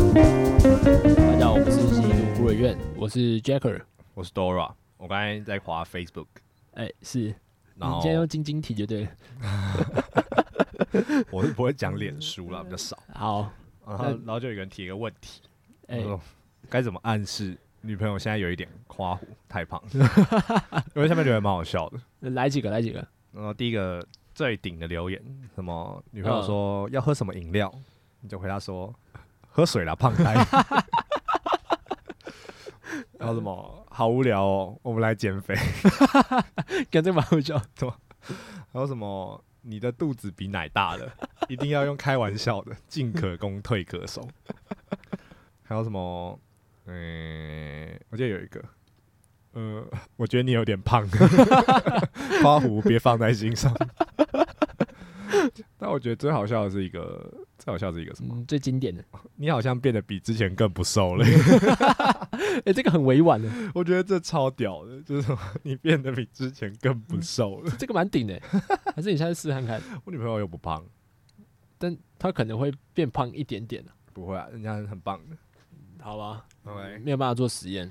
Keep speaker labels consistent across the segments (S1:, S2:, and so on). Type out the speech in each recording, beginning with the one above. S1: 大家好，我们是新一路孤儿院，我是 Jacker。
S2: 我是 Dora，我刚才在滑 Facebook，
S1: 哎、是你
S2: 然后
S1: 今天用晶晶体就对了。
S2: 我是不会讲脸书啦，比较少。
S1: 好，
S2: 然后，然后就有人提一个问题，
S1: 哎、
S2: 我说该怎么暗示女朋友现在有一点夸虎太 胖？因为下面留言蛮好笑的。
S1: 来几个，来几个。
S2: 然后第一个最顶的留言，什么女
S1: 嗯
S2: 朋友说要喝什么饮料，你就回答说喝水啦，胖 呆。 然后什么好无聊哦，我们来减肥。
S1: 感觉蛮好笑。
S2: 还有什么你的肚子比奶大了，一定要用开玩笑的，进可攻退可守。还有什么？嗯、我记得有一个，呃，我觉得你有点胖， 花狐别放在心上。但我觉得最好笑的是一个，最好笑的是一个什么？
S1: 嗯，最经典的。
S2: 你好像变得比之前更不瘦了。
S1: 哎、这个很委婉的，
S2: 我觉得这超屌的，就是什么你变得比之前更不瘦了。
S1: 这个蛮顶的。还是你下次试看看，
S2: 我女朋友又不胖，
S1: 但她可能会变胖一点点
S2: 不会啊，人家很棒的。
S1: 好吧，
S2: OK，
S1: 没有办法做实验。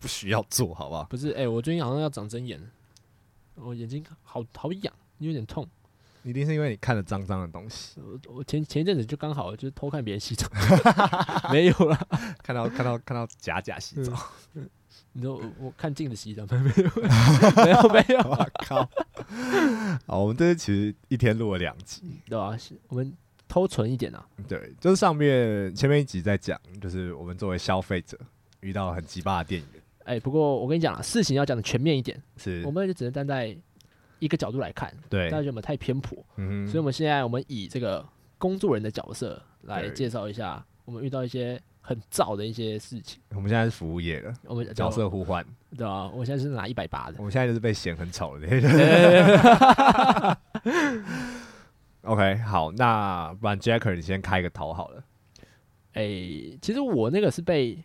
S2: 不需要做，好不好？
S1: 不是，哎、我最近好像要长针眼了，我眼睛好好痒，有点痛。
S2: 一定是因为你看了脏脏的 东西，
S1: 我我前前一阵子就刚好就是偷看别人 洗澡，没有啦。
S2: 看到看到看到假假洗澡，
S1: 你说我我看镜子洗澡吗？没有，没有，没 有，
S2: 我靠！好，我们这次其实一天录了两集，
S1: 对吧、是我们偷存一点啊，
S2: 对，就是上面前面一集在讲，就是我们作为消费者遇到很鸡巴的电影，
S1: 哎、不过我跟你讲啊，事情要讲的全面一点，
S2: 是
S1: 我们就只能站在一个角度来看，
S2: 对
S1: 大家，觉得我们太偏颇，
S2: 嗯
S1: 所以我们现在我们以这个工作人的角色来
S2: 对
S1: 介绍一下，我们遇到一些很燥的一些事情，
S2: 我们现在是服务业了，
S1: 我们
S2: 角色互换，
S1: 对吧、我现在是拿一百八的
S2: 我，们现在就是被嫌很丑的那些人。OK，好，那不然 Jacker 你先开个头好了，
S1: 哎、其实我那个是被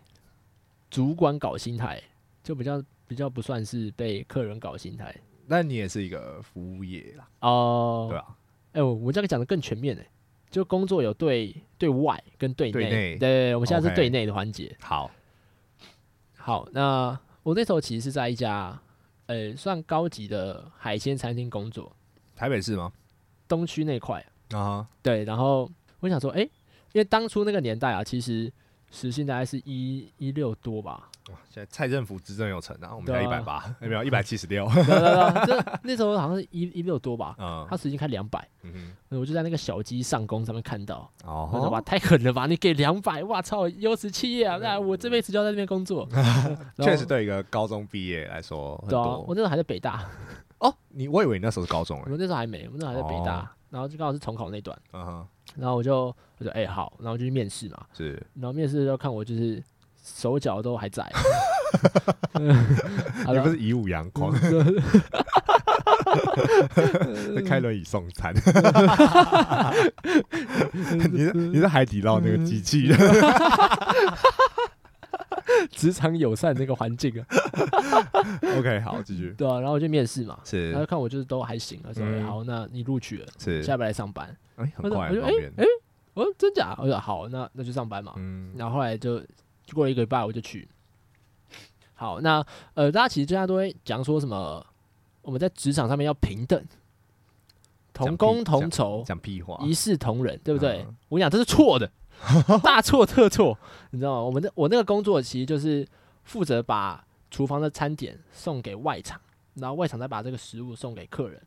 S1: 主管搞心态，就比较比较不算是被客人搞心态
S2: 那你也是一个服务业啦，
S1: 哦。
S2: 对啊，
S1: 哎、我我这个讲的更全面哎、就工作有对对外跟对内，
S2: 对内
S1: 对，我们现在是
S2: OK
S1: 对内的环节。
S2: 好，
S1: 好，那我那时候其实是在一家呃算高级的海鲜餐厅工作，
S2: 台北市吗？
S1: 东区那块。
S2: 啊哈、
S1: 对，然后我想说，哎、因为当初那个年代啊，其实时薪大概是一一六多吧，
S2: 现在蔡政府执政有成啊，我们
S1: 对
S2: 才一
S1: 啊
S2: 百 八，没有一百七十六。
S1: 对对对，这那时候好像是一一六多吧，
S2: 嗯
S1: 他时薪开两百，
S2: 嗯
S1: 我就在那个小鸡上工上面看到，
S2: 哼，哦
S1: 我说哇
S2: 吼，
S1: 太狠了吧，你给两百，哇操，优质企业啊，那我这辈子就要在那边工 作，
S2: 嗯确实对一个高中毕业来说很
S1: 对啊，我那
S2: 多。
S1: 时候还在北大，
S2: 哦，你我以为你那时候是高中
S1: 我
S2: 哎，
S1: 们那时候还没，我们那时候还在北
S2: 哦
S1: 大，然后就刚好是重考那段，
S2: 嗯哼，
S1: 然后我就我就哎、好，然后就去面试嘛，
S2: 是
S1: 然后面试就看我就是手脚都 还在，好
S2: 你
S1: 了
S2: 不是以武扬光，
S1: 嗯
S2: 是 开轮椅送 餐，你是你是海底捞那个机器
S1: 嗯
S2: 人，
S1: 职场友善那个环境啊，
S2: ？OK，好，继续，
S1: 对啊，然后我去面试嘛，
S2: 是
S1: 然后看我就是都还行，他说、哎
S2: 嗯
S1: 好，那你录取了。
S2: 是，
S1: 下班来上班，
S2: 哎，
S1: 我
S2: 很
S1: 就
S2: 快
S1: 我
S2: 很
S1: 就
S2: 方便，
S1: 哎、我说真假？我说好，那那就上班嘛。
S2: 嗯，
S1: 然后后来就过了一个礼拜，我就去。好，那呃，大家其实现在都会讲说什么，我们在职场上面要平等，同
S2: 讲
S1: 工
S2: 屁
S1: 同酬，
S2: 讲屁话，
S1: 一视同仁，对不对？
S2: 嗯
S1: 我跟你讲这是错 的，大错特错，你知道吗？我们的我那个工作其实就是负责把厨房的餐点送给外场，然后外场再把这个食物送给客人。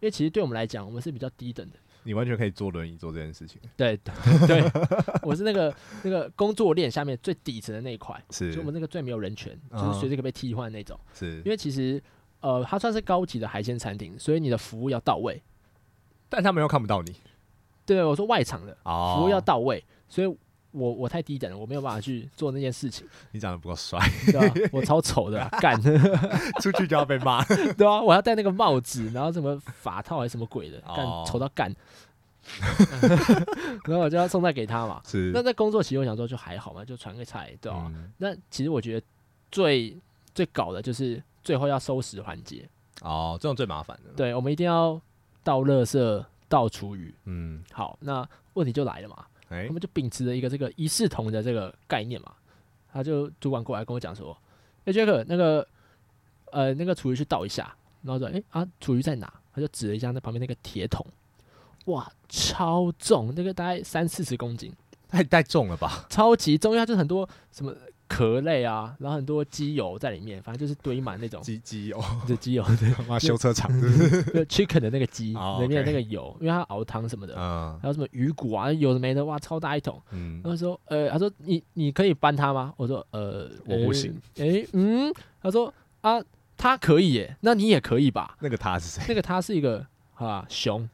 S1: 因为其实对我们来讲，我们是比较低等的。
S2: 你完全可以坐轮椅做这件事情，
S1: 对对，我是那个那个工作链下面最底层的那一块，
S2: 是
S1: 就我们那个最没有人权，就
S2: 啊
S1: 是随时可以被替换的那种。
S2: 是
S1: 因，为其实呃，它算是高级的海鲜餐厅，所以你的服务要到位。
S2: 但他们又看不到你，
S1: 对，我说外场的
S2: 哦，
S1: 服务要到位，所以我我太低等了，我没有办法去做那件事情，
S2: 你长得不够 帅，
S1: 对吧、我超丑的啊， 干，
S2: 出去就要被骂，
S1: 对啊，我要戴那个帽子，然后什么法套还是什么鬼的，干
S2: 哦
S1: 丑到干。 然后我就要送菜给他嘛。
S2: 是
S1: 那在工作期间，我想说就还好嘛，就传个菜，对吧、
S2: 嗯
S1: 那其实我觉得最最搞的就是最后要收拾环节，
S2: 哦，这种最麻烦的。，
S1: 对，我们一定要倒垃圾、倒厨余。
S2: 嗯，
S1: 好，那问题就来了嘛，
S2: 哎、
S1: 他们就秉持了一个这个一视同的这个概念嘛，他就主管过来跟我讲说，哎、杰 j a c k 那个呃那个厨余去倒一下，然后说，哎、啊厨余在哪？他就指了一下那旁边那个铁桶，哇，超重，那个大概三四十公斤，
S2: 太太重了吧？
S1: 超级重，因为它就是很多什么壳类啊，然后很多机油在里面，反正就是堆满那种
S2: 鸡鸡 哦，
S1: 的机油，
S2: 妈修车厂。
S1: 就 chicken 的那个鸡
S2: 哦
S1: 里面的那
S2: OK
S1: 个油，因为它熬汤什么的，
S2: 嗯
S1: 还有什么鱼骨啊，有的没的，哇，超大一桶。
S2: 嗯
S1: 他说，呃，他说你你可以搬他吗？我说，呃，
S2: 我不行
S1: 诶。诶，嗯，他说啊，他可以耶，那你也可以吧？
S2: 那个他是谁？
S1: 那个他是一个啊熊，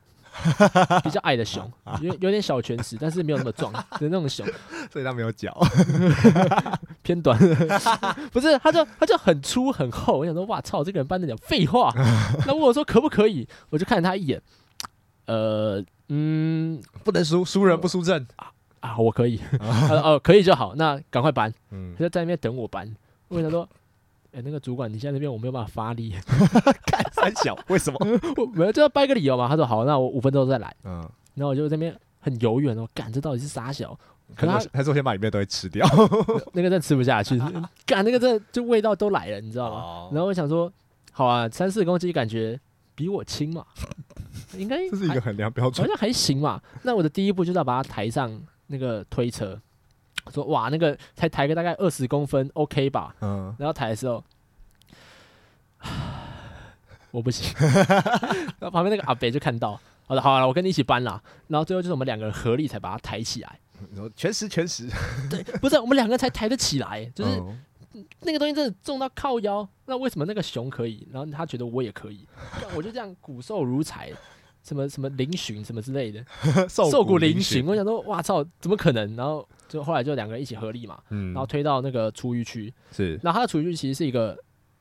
S1: 比较矮的 熊，有有点小犬齿，但是没有那么壮的那种熊，
S2: 所以他没有脚。
S1: 偏短。 不是，他就他就很粗很厚。我想说，哇操，这个人搬得了废话。那问我说可不可以？我就看了他一眼，呃，嗯
S2: 不能输，输人不输阵。
S1: 啊，我可以， 呃哦，可以就好，那赶快搬。
S2: 嗯
S1: 他，就在那边等我搬。我跟他说：“哎、那个主管，你现在那边我没有办法发力，
S2: 看 三小，为什么？
S1: 我没有就要掰个理由嘛。”他说：“好，那我五分钟再来。
S2: 嗯，”
S1: 然后我就在那边很犹豫，我干这到底是啥小？可
S2: 可
S1: 是他
S2: 是还是我先把里面都会吃掉。
S1: 那个真的吃不下去， 干那个真的就味道都来了，你知道吗？
S2: 哦
S1: 然后我想说，好啊，三四公斤感觉比我轻嘛，应该
S2: 这是一个
S1: 还
S2: 衡量标
S1: 好
S2: 准。
S1: 像还行嘛。那我的第一步就是要把它抬上那个推车，说哇，那个才抬个大概二十公分，OK 吧？
S2: 嗯，
S1: 然后抬的时候， 我不行。然后旁边那个阿北就看到，好了好了，我跟你一起搬啦。然后最后就是我们两个人合力才把它抬起来。
S2: 你说全实全实，
S1: 对，不是我们两个人才抬得起来，就是
S2: 嗯
S1: 那个东西真的重到靠腰。那为什么那个熊可以，然后他觉得我也可以？干我就这样骨瘦如柴， 什么什么嶙峋什么之类的，瘦骨嶙峋。我想说，哇操，怎么可能？然后就后来就两个人一起合力嘛，
S2: 嗯，
S1: 然后推到那个厨余区，
S2: 是，
S1: 然后它的厨余其实是一个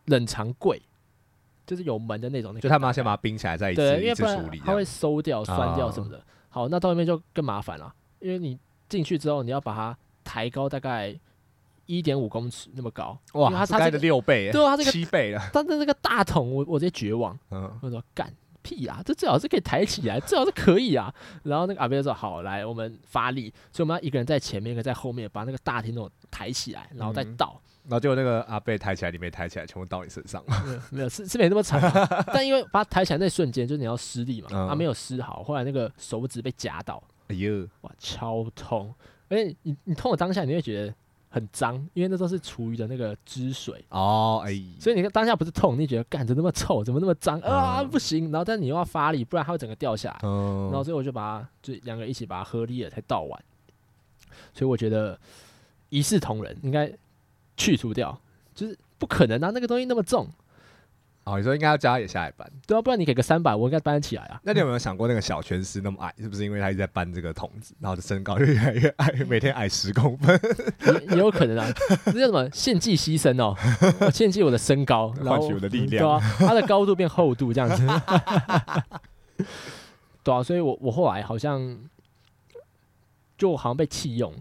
S1: 冷藏柜，就是有门的那种。那个
S2: 就他们要先把它冰起来，再一
S1: 对，
S2: 次
S1: 因为
S2: 一
S1: 不
S2: 次处
S1: 然
S2: 理这
S1: 它会
S2: 样。
S1: 馊掉、酸掉什么的。好，那到那边就更麻烦了，因为你进去之后，你要把它抬高大概一点五公尺那么高。因为它
S2: 哇，
S1: 它
S2: 该
S1: 这
S2: 的
S1: 个，
S2: 六倍耶，
S1: 对啊它这个
S2: 七倍了。
S1: 但是那个大桶，我我直接绝望。
S2: 嗯，
S1: 我说干屁啊，这最好是可以抬起来，最好是可以啊。然后那个阿伯就说好，来我们发力，所以我们要一个人在前面，一个在后面，把那个大铁桶抬起来，然后再
S2: 嗯
S1: 倒。
S2: 然后结果那个阿贝抬起来，你没抬起来，全部到你身上了。
S1: 没有没有是是没那么长啊、但因为把它抬起来那瞬间，就是你要施力嘛，他、
S2: 嗯
S1: 没有施好，后来那个手指被夹到，
S2: 哎呦，
S1: 哇，超痛！而且你你痛的当下，你会觉得很脏，因为那都是厨余的那个汁水，
S2: 哦，哎，
S1: 所以你当下不是痛，你就觉得干怎么那么臭，怎么那么脏啊，
S2: 嗯
S1: 不行！然后但你又要发力，不然它会整个掉下来。
S2: 嗯
S1: 然后所以我就把它就两个一起把它合力了才倒完，所以我觉得一视同仁应该去除掉，就是不可能啊，那个东西那么重。
S2: 哦，你说应该要叫他也下来搬。
S1: 对啊，不然你给个三百，我应该搬得起来啊。
S2: 那你有没有想过，那个小拳师那么矮，是不是因为他一直在搬这个桶子，然后身高就越来越矮，每天矮十公分，
S1: 也也有可能啊，这叫什么献祭牺牲哦，我献祭我的身 高，然后
S2: 换取我的力
S1: 嗯
S2: 量
S1: 对啊，它的高度变厚度这样子， 对啊，所以我我后来好像就我好像被弃用，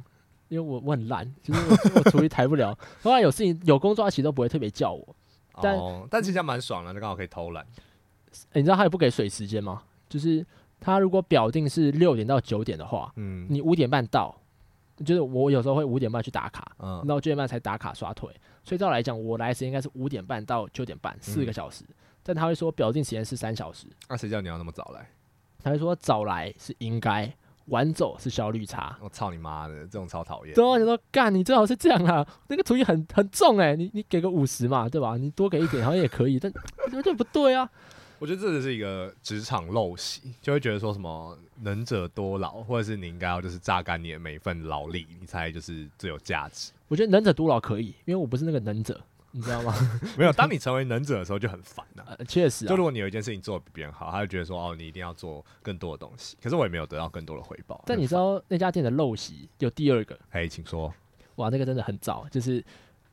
S1: 因为我我很烂，就是我我厨艺抬不了，后来有事情有工作他其实都不会特别叫我，但
S2: 哦，但其实这样蛮爽的，就刚好可以偷懒。
S1: 诶你知道他也不给水时间吗？就是他如果表定是六点到九点的话，
S2: 嗯
S1: 你五点半到，就是我有时候会五点半去打卡，
S2: 嗯，
S1: 然后九点半才打卡刷腿，所以照来讲，我来时间应该是五点半到九点半，四个
S2: 嗯
S1: 小时。但他会说表定时间是三小时，
S2: 那谁叫你要那么早来？
S1: 他会说早来是应该，晚走是效率差。
S2: 我操你妈的，这种超讨厌。
S1: 对啊，我想说干，你最好是这样啊，那个厨艺很很重哎、你你给个五十嘛，对吧？你多给一点好像也可以，但有点不对啊。
S2: 我觉得这只是一个职场陋习，就会觉得说什么能者多劳，或者是你应该要就是榨干你的每一份劳力，你才就是最有 价值。
S1: 我觉得能者多劳可以，因为我不是那个能者，你知道吗？
S2: 没有，当你成为能者的时候就很烦呐、
S1: 呃，确实
S2: 就
S1: 啊
S2: 如。果你有一件事情做的比别人好，他就觉得说哦，你一定要做更多的东西。可是我也没有得到更多的回报。
S1: 但你知
S2: 道，
S1: 道那家店的陋习有第二个，
S2: 哎，请说，
S1: 哇，那个真的很糟，就是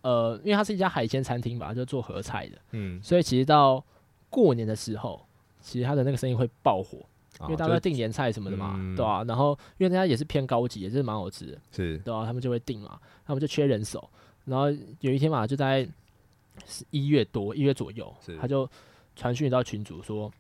S1: 呃，因为它是一家海鲜餐厅吧，就做合菜的。
S2: 嗯，
S1: 所以其实到过年的时候，其实他的那个生意会爆火，因为大家
S2: 啊
S1: 都订年菜什么的嘛，
S2: 嗯
S1: 对啊，然后因为人家也是偏高级，也是蛮好吃的，
S2: 就是是
S1: 对啊，他们就会订嘛，他们就缺人手。然后有一天嘛，就在一月多一月左右
S2: 是，
S1: 他就传讯到群组说，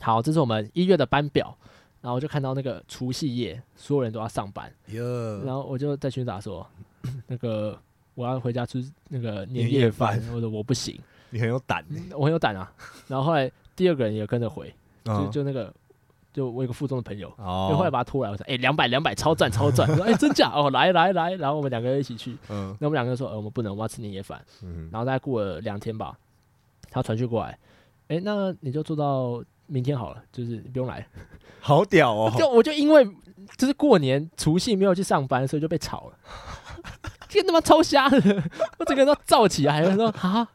S1: 好，这是我们一月的班表。然后我就看到那个除夕夜，所有人都要上班，然
S2: 哟，
S1: 后我就在群打说， 那个我要回家吃那个年
S2: 年夜
S1: 夜饭
S2: 饭，
S1: 我说我不行，
S2: 你很有胆呢，
S1: 我很有胆啊。然后后来第二个人也跟着回，就
S2: 嗯
S1: 就那个就我有个附中的朋友，就后来
S2: 哦，
S1: 把他拖来，我说哎两百两百超赞超赞，我说哎、真假哦来来来，然后我们两个人一起去，
S2: 嗯
S1: 那我们两个就说呃我们不能，我要吃年夜饭。
S2: 嗯，
S1: 然后大概过了两天吧，他传讯过来，哎那你就做到明天好了，就是你不用来。
S2: 好屌哦，
S1: 就我就因为就是过年除夕没有去上班，所以就被炒了，这他妈超瞎的，我整个人都燥起来了，说啊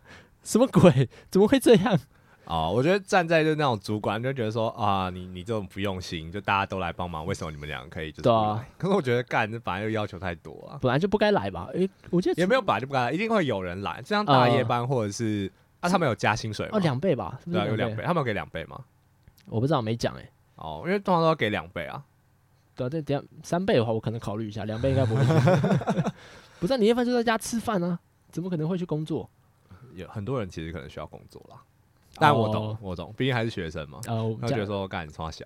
S1: 什么鬼，怎么会这样？
S2: 哦，我觉得站在就那种主管就觉得说啊，你你这种不用心，就大家都来帮忙，为什么你们两个可以就是不
S1: 对啊
S2: 来？可是我觉得干这反正又要求太多啊，
S1: 本来就不该来吧？诶、我记得
S2: 也没有本来就不该来，一定会有人来，就像大夜班或者是啊，他们有加薪水吗
S1: 嗯哦？两倍吧？是不
S2: 对
S1: 是
S2: 啊，有两
S1: 倍？
S2: 倍，他们有给两倍吗？
S1: 我不知道，没讲诶。
S2: 哦，因为通常都要给两倍啊。
S1: 对啊，这等一下三倍的话，我可能考虑一下，两倍应该不会。 不是啊年夜饭就在家吃饭啊，怎么可能会去工作？
S2: 有很多人其实可能需要工作啦，但我懂，
S1: 哦
S2: 我懂，毕竟还是学生嘛。
S1: 呃，我们
S2: 他
S1: 家
S2: 觉得说干你 从小，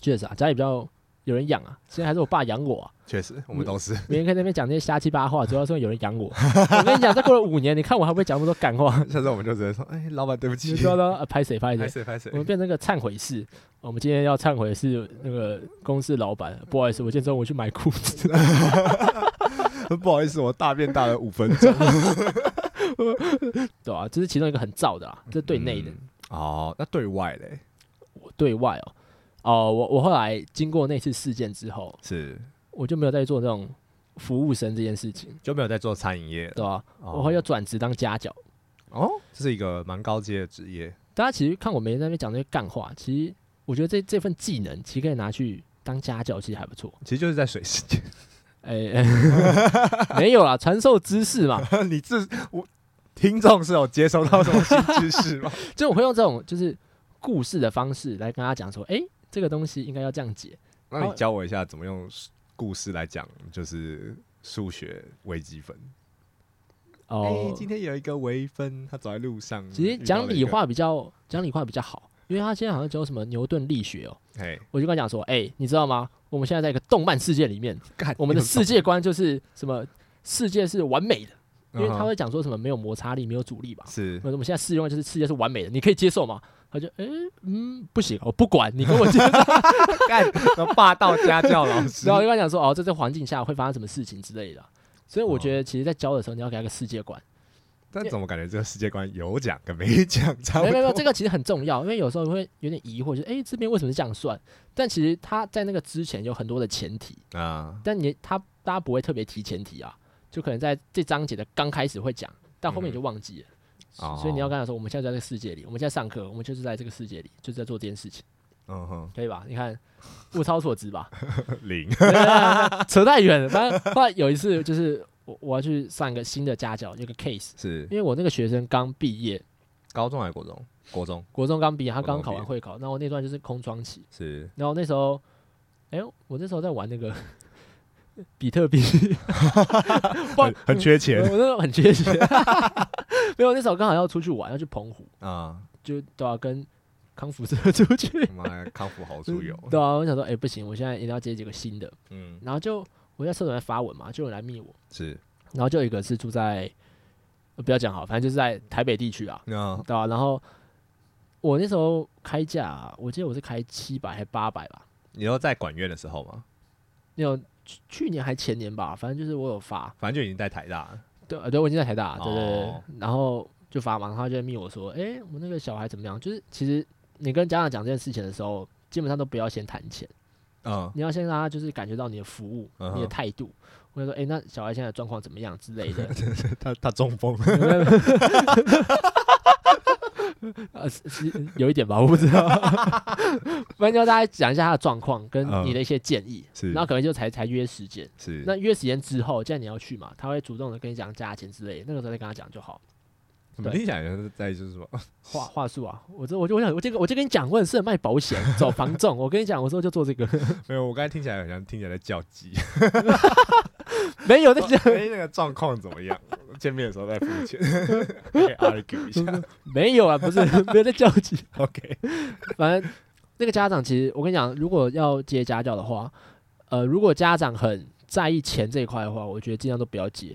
S1: 确实啊，家里比较有人养啊，现在还是我爸养我啊。
S2: 确实我们都是
S1: 别人在那边讲那些瞎七八话，主要是因为有人养我。我跟你讲，再过了五年，你看我还不会讲那么多干
S2: ，
S1: 话
S2: 下次我们就直接说，哎，老板对不
S1: 你
S2: 起
S1: 知，道吗？啊拍谁拍
S2: 拍
S1: 谁，
S2: 谁拍谁
S1: 我，们变成个忏悔室。我们今天要忏悔的是那个公司老板，不好意思，我今天中午去买裤子，
S2: 不好意思，我大便大了五分钟，
S1: 对啊，这是其中一个很燥的啊，这是对内的，
S2: 嗯哦，那对外嘞
S1: 我对外哦。哦，我我后来经过那次事件之后，
S2: 是
S1: 我就没有再做这种服务生这件事情，
S2: 就没有在做餐饮业了。
S1: 对吧、
S2: 哦
S1: 我后来又转职当家教。
S2: 哦，这是一个蛮高阶的职业，
S1: 大家其实看我每天在那边讲这些干话，其实我觉得这这份技能其实可以拿去当家教，其实还不错。
S2: 其实就是在水世界。
S1: 哎、哎 没有啦，传授知识嘛，
S2: 你这我听众是有接收到什么新知识 吗？
S1: 就我会用这种就是故事的方式来跟他讲说，哎、这个东西应该要这样解。
S2: 那你教我一下怎么用故事来讲，就是数学微积分。哎、
S1: 哦，
S2: 今天有一个微分，他走在路上，
S1: 其实讲理
S2: 嗯遇到了
S1: 化比较讲理化比较好，因为他现在好像教什么牛顿力学哦，
S2: 一个，哎，
S1: 我就跟他讲说，哎、你知道吗？我们现在在一个动漫世界里面，
S2: 干
S1: 我们的世 界观就是什么世界是完美的，因为他
S2: 嗯
S1: 会讲说什么没有摩擦力、没有阻力吧
S2: 哼。嗯是
S1: 我说我们现在试用就是世界是完美的，你可以接受吗？他就诶嗯不行，我不管你跟我接受。
S2: 干什么霸道家教老师
S1: 然后我就跟他讲说哦，在这环境下会发生什么事情之类的。啊所以我
S2: 哦
S1: 觉得其实，在教的时候你要给他一个世界观。
S2: 但怎么感觉这个世界观有讲跟没讲差
S1: 没有
S2: 不
S1: 没有，
S2: 多？
S1: 这个其实很重要，因为有时候会有点疑惑，就是诶这边为什么是这样算？但其实他在那个之前有很多的前提，
S2: 啊，
S1: 但你他大家不会特别提前提啊，就可能在这章节的刚开始会讲，但后面你就忘记了。
S2: 嗯哦
S1: 所以你要跟他说，我们现在在这个世界里，我们现在上课，我们就是在这个世界 里，就是在做这件事情，
S2: 嗯哼，
S1: 可以吧？你看，物超所值吧？
S2: 零，
S1: 扯太远了。反正后来有一次，就是我我要去上一个新的家教，有个 case，
S2: 是
S1: 因为我那个学生刚毕业，
S2: 高中还是国中？国中
S1: 国中刚毕业，他
S2: 国中
S1: 刚考完
S2: 毕业
S1: 会考，然后我那段就是空窗期，
S2: 是
S1: 然后那时候，哎、我那时候在玩那个 比特币，
S2: 很很缺钱
S1: 我那时候很缺钱，没有，那时候刚好要出去玩，要去澎湖，
S2: 啊！
S1: 就都要、跟康复社出去。
S2: 妈呀，康复好出游，
S1: 对啊，我想说，哎、不行，我现在一定要接几个新的。
S2: 嗯，
S1: 然后就我在社团发文嘛，就有人来密我，
S2: 是
S1: 然后就有一个是住在，呃不要讲好，反正就是在台北地区啊，
S2: 那
S1: 对啊，然后我那时候开价、啊我记得我是开七百还八百吧，
S2: 你说在管院的时候吗？
S1: 那种去去年还前年吧，反正就是我有发，
S2: 反正就已经在台大了，
S1: 对，呃对我已经在台大了，对对对，
S2: 哦
S1: 然后就发嘛，然后他就在密我说，哎、我那个小孩怎么样？就是其实你跟家长讲这件事情的时候，基本上都不要先谈钱。
S2: 嗯，
S1: 你要先让他就是感觉到你的服务、
S2: 嗯哼
S1: 你的态度，或者说，哎、那小孩现在的状况怎么样之类 的。
S2: 他他中风，
S1: 呃，是是有一点吧，我不知道。 反正就大家讲一下他的状况，跟
S2: 嗯
S1: 你的一些建议，
S2: 是
S1: 然后可能就才才约时间。
S2: 嗯是
S1: 那约时间之后，既然你要去嘛，他会主动的跟你讲价钱之类的，那个时候再跟他讲就好。
S2: 怎么听起来就是在就是什么
S1: 话话术啊，我这我就我想我这个我就跟你讲，我很适合卖保 险，走房仲。我跟你讲，我说就做这个，
S2: 没有，我刚才听起来好像听起来在叫鸡，
S1: 没有，但
S2: 说
S1: 是
S2: 哎，那个状况怎么样？见面的时候再付 钱可以，argue 一下。
S1: 没有啊，不是没有在交集。
S2: OK，
S1: 反正那个家长其实，我跟你讲，如果要接家教的话，呃，如果家长很在意钱这一块的话，我觉得尽量都不要接，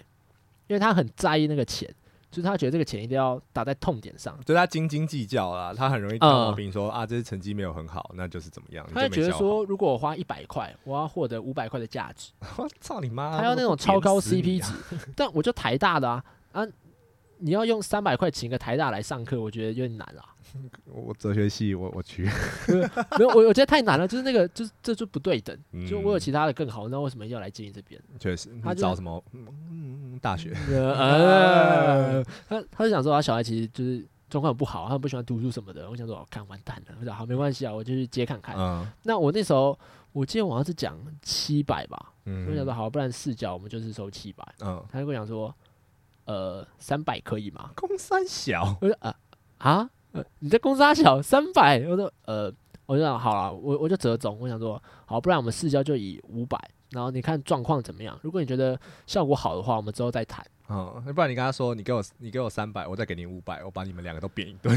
S1: 因为他很在意那个钱，就是他觉得这个钱一定要打在痛点上。
S2: 就他斤斤计较啦，他很容易挑毛病说，啊，这次成绩没有很好，那就是怎么样？
S1: 他会
S2: 你就没
S1: 觉得
S2: 教好
S1: 说，，如果我花一百块，我要获得五百块的价值，
S2: 我操你妈！
S1: 他要那种
S2: 我
S1: 超高
S2: 扁死你
S1: CP
S2: 啊
S1: 值，但我就台大的啊啊，你要用三百块请个台大来上课，我觉得有点难啦。
S2: 我哲学系，我我去，
S1: 没有，我我觉得太难了，就是那个，就是这就不对等，就我有
S2: 嗯
S1: 其他的更好，那为什么要来经营这边？
S2: 确实，
S1: 他
S2: 你
S1: 就
S2: 找什么？嗯嗯，嗯大学
S1: 呃，
S2: 啊
S1: 呃他他就想说他小孩其实就是状况很不好，他很不喜欢读书什么的。我想说，哦，看完蛋了，我想好没关系啊，我就去接看看。
S2: 嗯
S1: 那我那时候我记得我好像是讲七百吧，
S2: 嗯
S1: 我想说好，不然试教我们就是收七百。
S2: 嗯，
S1: 他就跟我讲说，呃，三百可以吗？
S2: 公三小，
S1: 我说啊啊，呃你在公差小三百？我说呃，我就想好了，我我就折中，我想说好，不然我们试教就以五百，然后你看状况怎么样。如果你觉得效果好的话，我们之后再谈。
S2: 嗯，要不然你跟他说，你给我你给我三百，我再给你五百，我把你们两个都扁一顿。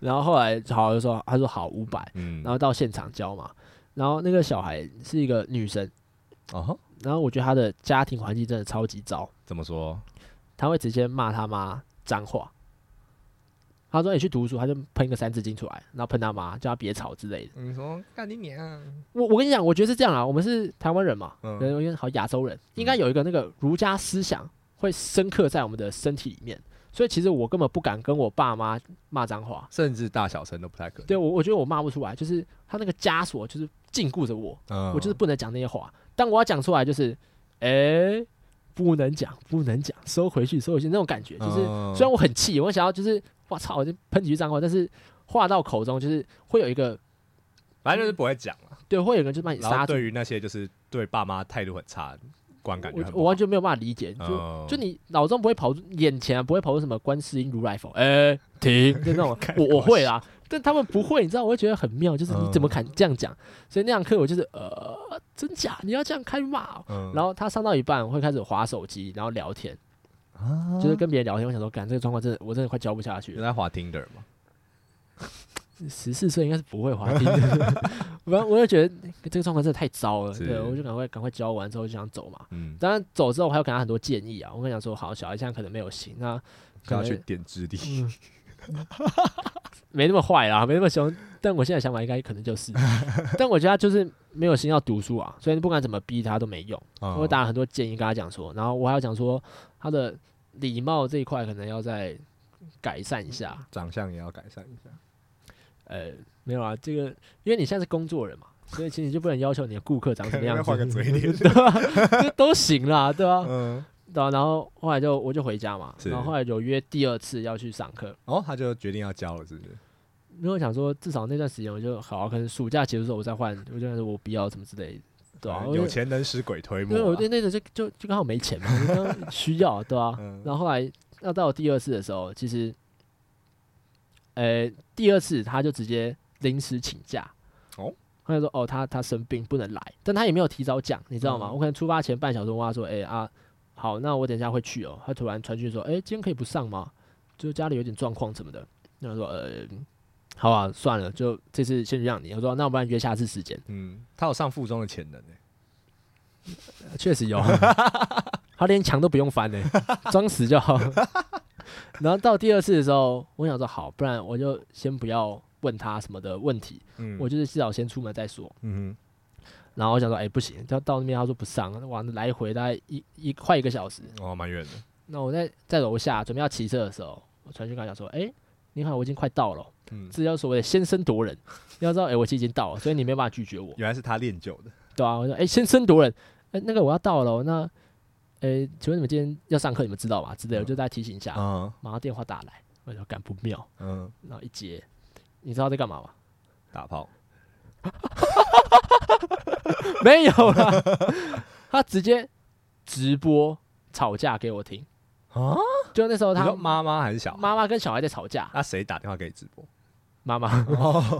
S1: 然后后来好就说，他说好五百，
S2: 嗯，
S1: 然后到现场教嘛。然后那个小孩是一个女生，
S2: 哦吼，
S1: 然后我觉得她的家庭环境真的超级糟，
S2: 怎么说？
S1: 她会直接骂他妈脏话。她说：“你、去读书。”她就喷个三字经出来，然后喷他妈，叫她别吵之类的。
S2: 你说干你娘！
S1: 我我跟你讲，我觉得是这样啊，我们是台湾人嘛，
S2: 嗯
S1: 人因为好亚洲人，应该有一个那个儒家思想会深刻在我们的身体里面，所以其实我根本不敢跟我爸妈骂脏话，
S2: 甚至大小声都不太可能。
S1: 对我，我觉得我骂不出来，就是他那个枷锁就是禁锢着我，
S2: 嗯，
S1: 我就是不能讲那些话。但我要讲出来，就是，诶，不能讲，不能讲，收回去，收回去，那种感觉，就是、
S2: 嗯
S1: 虽然我很气，我想要就是，我操，我就喷几句脏话，但是话到口中就是会有一个，
S2: 反正就是不会讲了。
S1: 对，会有一个人就把你
S2: 然后
S1: 刹住，
S2: 对于那些就是对爸妈态度很差，观感就
S1: 我
S2: 很不
S1: 我完全没有办法理解，就、
S2: 好
S1: 就
S2: 嗯
S1: 你脑中不会跑出眼前、啊、不会跑出什么观世音如来佛，哎、停，就那 种我
S2: 嗯
S1: 我会啦，但他们不会，你知道，我会觉得很妙，就是你怎么敢这样讲？所以那堂课我就是呃，真假你要这样开骂哦、
S2: 嗯
S1: 然后他上到一半会开始划手机，然后聊天，
S2: 后
S1: 就是跟别人聊天。我想说，干这个状况真的，我真的快教不下去
S2: 原
S1: 了。
S2: 来滑 Tinder 嘛，
S1: 十四岁应该是不会 滑梯的，我我就觉得这个状况真的太糟了。
S2: 是
S1: 对，我就赶快赶快教完之后就想走嘛。
S2: 嗯，
S1: 当然走之后我还要给他很多建议啊，我跟他讲说，好，小孩现在可能没有行，那
S2: 就
S1: 可
S2: 要
S1: 能嗯
S2: 去点智力。
S1: 没那么坏啦，没那么凶。但我现在想法应该可能 就是，但我觉得他就是没有心要读书啊，所以你不管怎么逼他都没用。
S2: 嗯
S1: 我打了很多建议跟他讲说，然后我还要讲说他的礼貌这一块可能要再改善一下。
S2: 长相也要改善一下。
S1: 呃，没有啊，这个因为你现在是工作人嘛，所以其实你就不能要求你的顾客长什么样子，
S2: 换个嘴脸
S1: 对吧、这都行啦，对吧、
S2: 嗯，
S1: 对啊然后后来就我就回家嘛，
S2: 是
S1: 然后后来有约第二次要去上课，
S2: 哦，他就决定要交了，是不是？
S1: 因为我想说，至少那段时间我就好、啊，可能暑假结束之后我再换，我就想说我不要什么之类的，对啊
S2: 哎，
S1: 我就
S2: 有，钱能使鬼推
S1: 因为
S2: 磨
S1: 我
S2: 啊。
S1: 对那个就就就刚好没钱嘛， 我就刚好需要，对啊。
S2: 嗯
S1: 然后后来要到第二次的时候，其实，呃，第二次他就直接临时请假，
S2: 哦，
S1: 他就说哦，他他生病不能来，但他也没有提早讲，你知道吗？
S2: 嗯
S1: 我可能出发前半小时问他说，哎、啊，好，那我等一下会去哦。他突然传讯说，哎、今天可以不上吗？就家里有点状况什么的。那我说，呃，好啊，算了，就这次先让你。我说，那我不然约下次时间。
S2: 嗯，他有上附中的潜能欸
S1: 确实有，他连墙都不用翻呢、装死就好。然后到第二次的时候，我想说好，不然我就先不要问他什么的问题，
S2: 嗯，
S1: 我就是至少先出门再说。
S2: 嗯
S1: 然后我想说，哎、不行，要到那边他说不上，哇，那来回大概一一快一个小时。
S2: 哼，哦，蛮远的。
S1: 那我在在楼下准备要骑车的时候，我传讯跟他讲说，哎、你好，我已经快到了哦，
S2: 嗯，
S1: 这叫所谓的先声夺人。要知道，哎、我其实已经到了，所以你没办法拒绝我。
S2: 原来是他练就的。
S1: 对啊，我说，哎、先声夺人，哎、那个我要到了哦，那，哎、请问你们今天要上课，你们知道吗？之类的，我就再提醒一下，
S2: 嗯
S1: 马上电话打来，我说赶不妙，
S2: 嗯，
S1: 然后一接，你知道在干 嘛吗？
S2: 打炮。
S1: 没有啦，他直接直播吵架给我听，
S2: 啊，
S1: 就那时候
S2: 你
S1: 他
S2: 说妈妈还是小孩？
S1: 妈妈跟小孩在吵架，
S2: 那谁打电话给你直播？
S1: 妈妈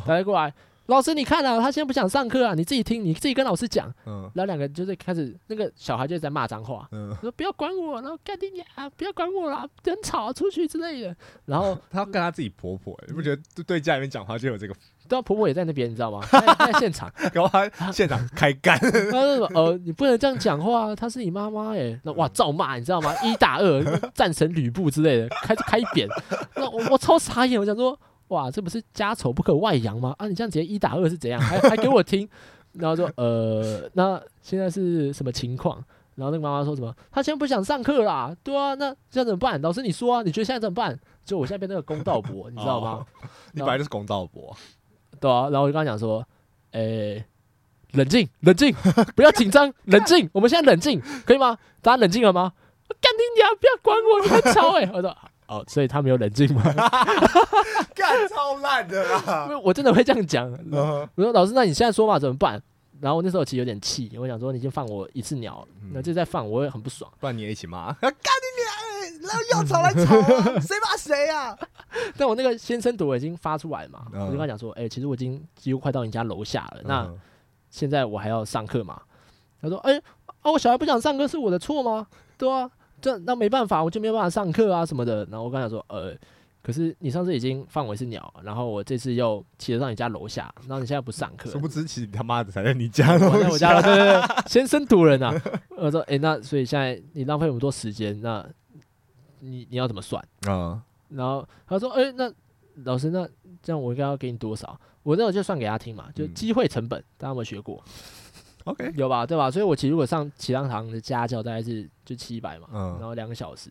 S1: 打电话过来，老师你看啊，他现在不想上课啊，你自己听，你自己跟老师讲。
S2: 嗯
S1: 然后两个人就是开始，那个小孩就在骂脏话，
S2: 嗯，
S1: 说不要管我，然后干你啊，不要管我啦，很吵啊，出去之类的。然 后
S2: 她要跟她自己婆婆、欸，你不觉得对对家里面讲话就有这个？
S1: 对啊，婆婆也在那边，你知道吗？她也她在现场，
S2: 然后她现场开 干，
S1: 她就说：“呃，你不能这样讲话啊，她是你妈妈哎。”那哇，照骂，你知道吗？一打二，战神吕布之类的，开始开扁。那我我超傻眼，我想说，哇，这不是家丑不可外扬吗？啊，你这样直接一打二是怎样？还还给我听，然后说呃，那现在是什么情况？然后那个妈妈说什么？她现在不想上课啦，对啊，那现在怎么办？老师你说啊，你觉得现在怎么办？就我现在变成那个公道伯，你知道吗？
S2: 哦你本来就是公道伯，
S1: 对啊，然后我就跟他讲说，诶、冷静，冷静，不要紧张，冷静，我们现在冷静，可以吗？大家冷静了吗？我干你娘！不要管我，你们吵哎、我说哦，所以他没有冷静吗？
S2: 干超烂的
S1: 因
S2: 啦。
S1: 为我真的会这样讲。
S2: 嗯
S1: 我说老师，那你现在说嘛，怎么办？然后我那时候其实有点气，我想说你先放我一次鸟，
S2: 嗯
S1: 那就再放我会很不爽。
S2: 不然你也一起骂，干你娘！然后要吵来吵、啊，谁骂谁啊？
S1: 但我那个先声夺人已经发出来嘛，
S2: 嗯
S1: 我就跟他讲说，哎、其实我已经几乎快到你家楼下了，那
S2: 嗯
S1: 现在我还要上课嘛？他说，哎、啊，我小孩不想上课是我的错吗？ 对啊，这那没办法，我就没有办法上课啊什么的。然后我刚想说，呃，可是你上次已经放我一次鸟，然后我这次又骑得到你家楼下，然后你现在不上课，
S2: 殊不知其实你他妈的才在你家 楼
S1: 我在
S2: 下
S1: 我家了，对对对，先声夺人啊！ 我说，哎、那所以现在你浪费我们多时间，那你你要怎么算？
S2: 嗯
S1: 然后他说，哎、那老师，那这样我应该要给你多少？我那我就算给他听嘛，就
S2: 嗯
S1: 机会成本，大家有没有学过？
S2: ，OK，
S1: 有吧，对吧？所以我其实如果上其他堂的家教大概是就七百嘛，
S2: 嗯
S1: 然后两个小时，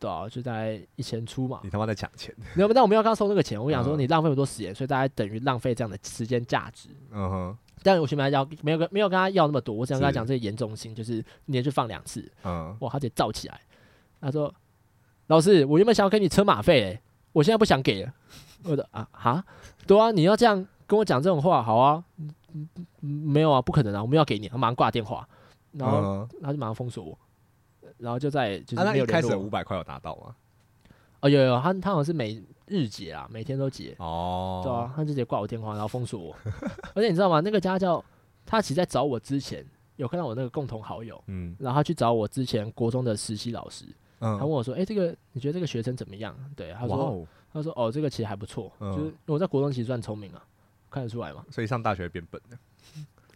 S1: 对啊，就大概一千出嘛。
S2: 你他妈在抢钱，
S1: 那么但我们要刚收那个钱，我想说
S2: 嗯
S1: 你浪费很多时间，所以大概等于浪费这样的时间价值。
S2: 嗯哼，
S1: 但我前面要没有跟没有跟他要那么多，我只想跟他
S2: 是
S1: 讲这个严重性，就是连续放两次，
S2: 嗯，
S1: 哇，他得燥起来。他说：“老师，我原本想要给你车马费、欸，我现在不想给了。”我说：“啊哈，对啊，你要这样跟我讲这种话，好啊，嗯嗯嗯没有啊，不可能啊，我们要给你。”他马上挂电话，然后
S2: 嗯
S1: 他就马上封锁我，然后就在就
S2: 啊，
S1: 是
S2: 那
S1: 没有
S2: 一开
S1: 联
S2: 始
S1: 络
S2: 五
S1: 我。
S2: 百块有拿到吗？
S1: 哦，有有有，他他好像是每日结啊，每天都结。
S2: 哦，
S1: 对啊，他就直接挂我电话，然后封锁我。而且你知道吗？那个家教他其实在找我之前，有看到我那个共同好友，
S2: 嗯
S1: 然后他去找我之前国中的实习老师，他问
S2: 嗯，
S1: 我说：“哎、这个你觉得这个学生怎么样？”对，他
S2: 哇
S1: 说：“
S2: 哦，
S1: 他说哦，这个其实还不错，
S2: 嗯
S1: 就是我在国中其实算聪明啊，看得出来嘛。
S2: 所以上大学变 笨了，，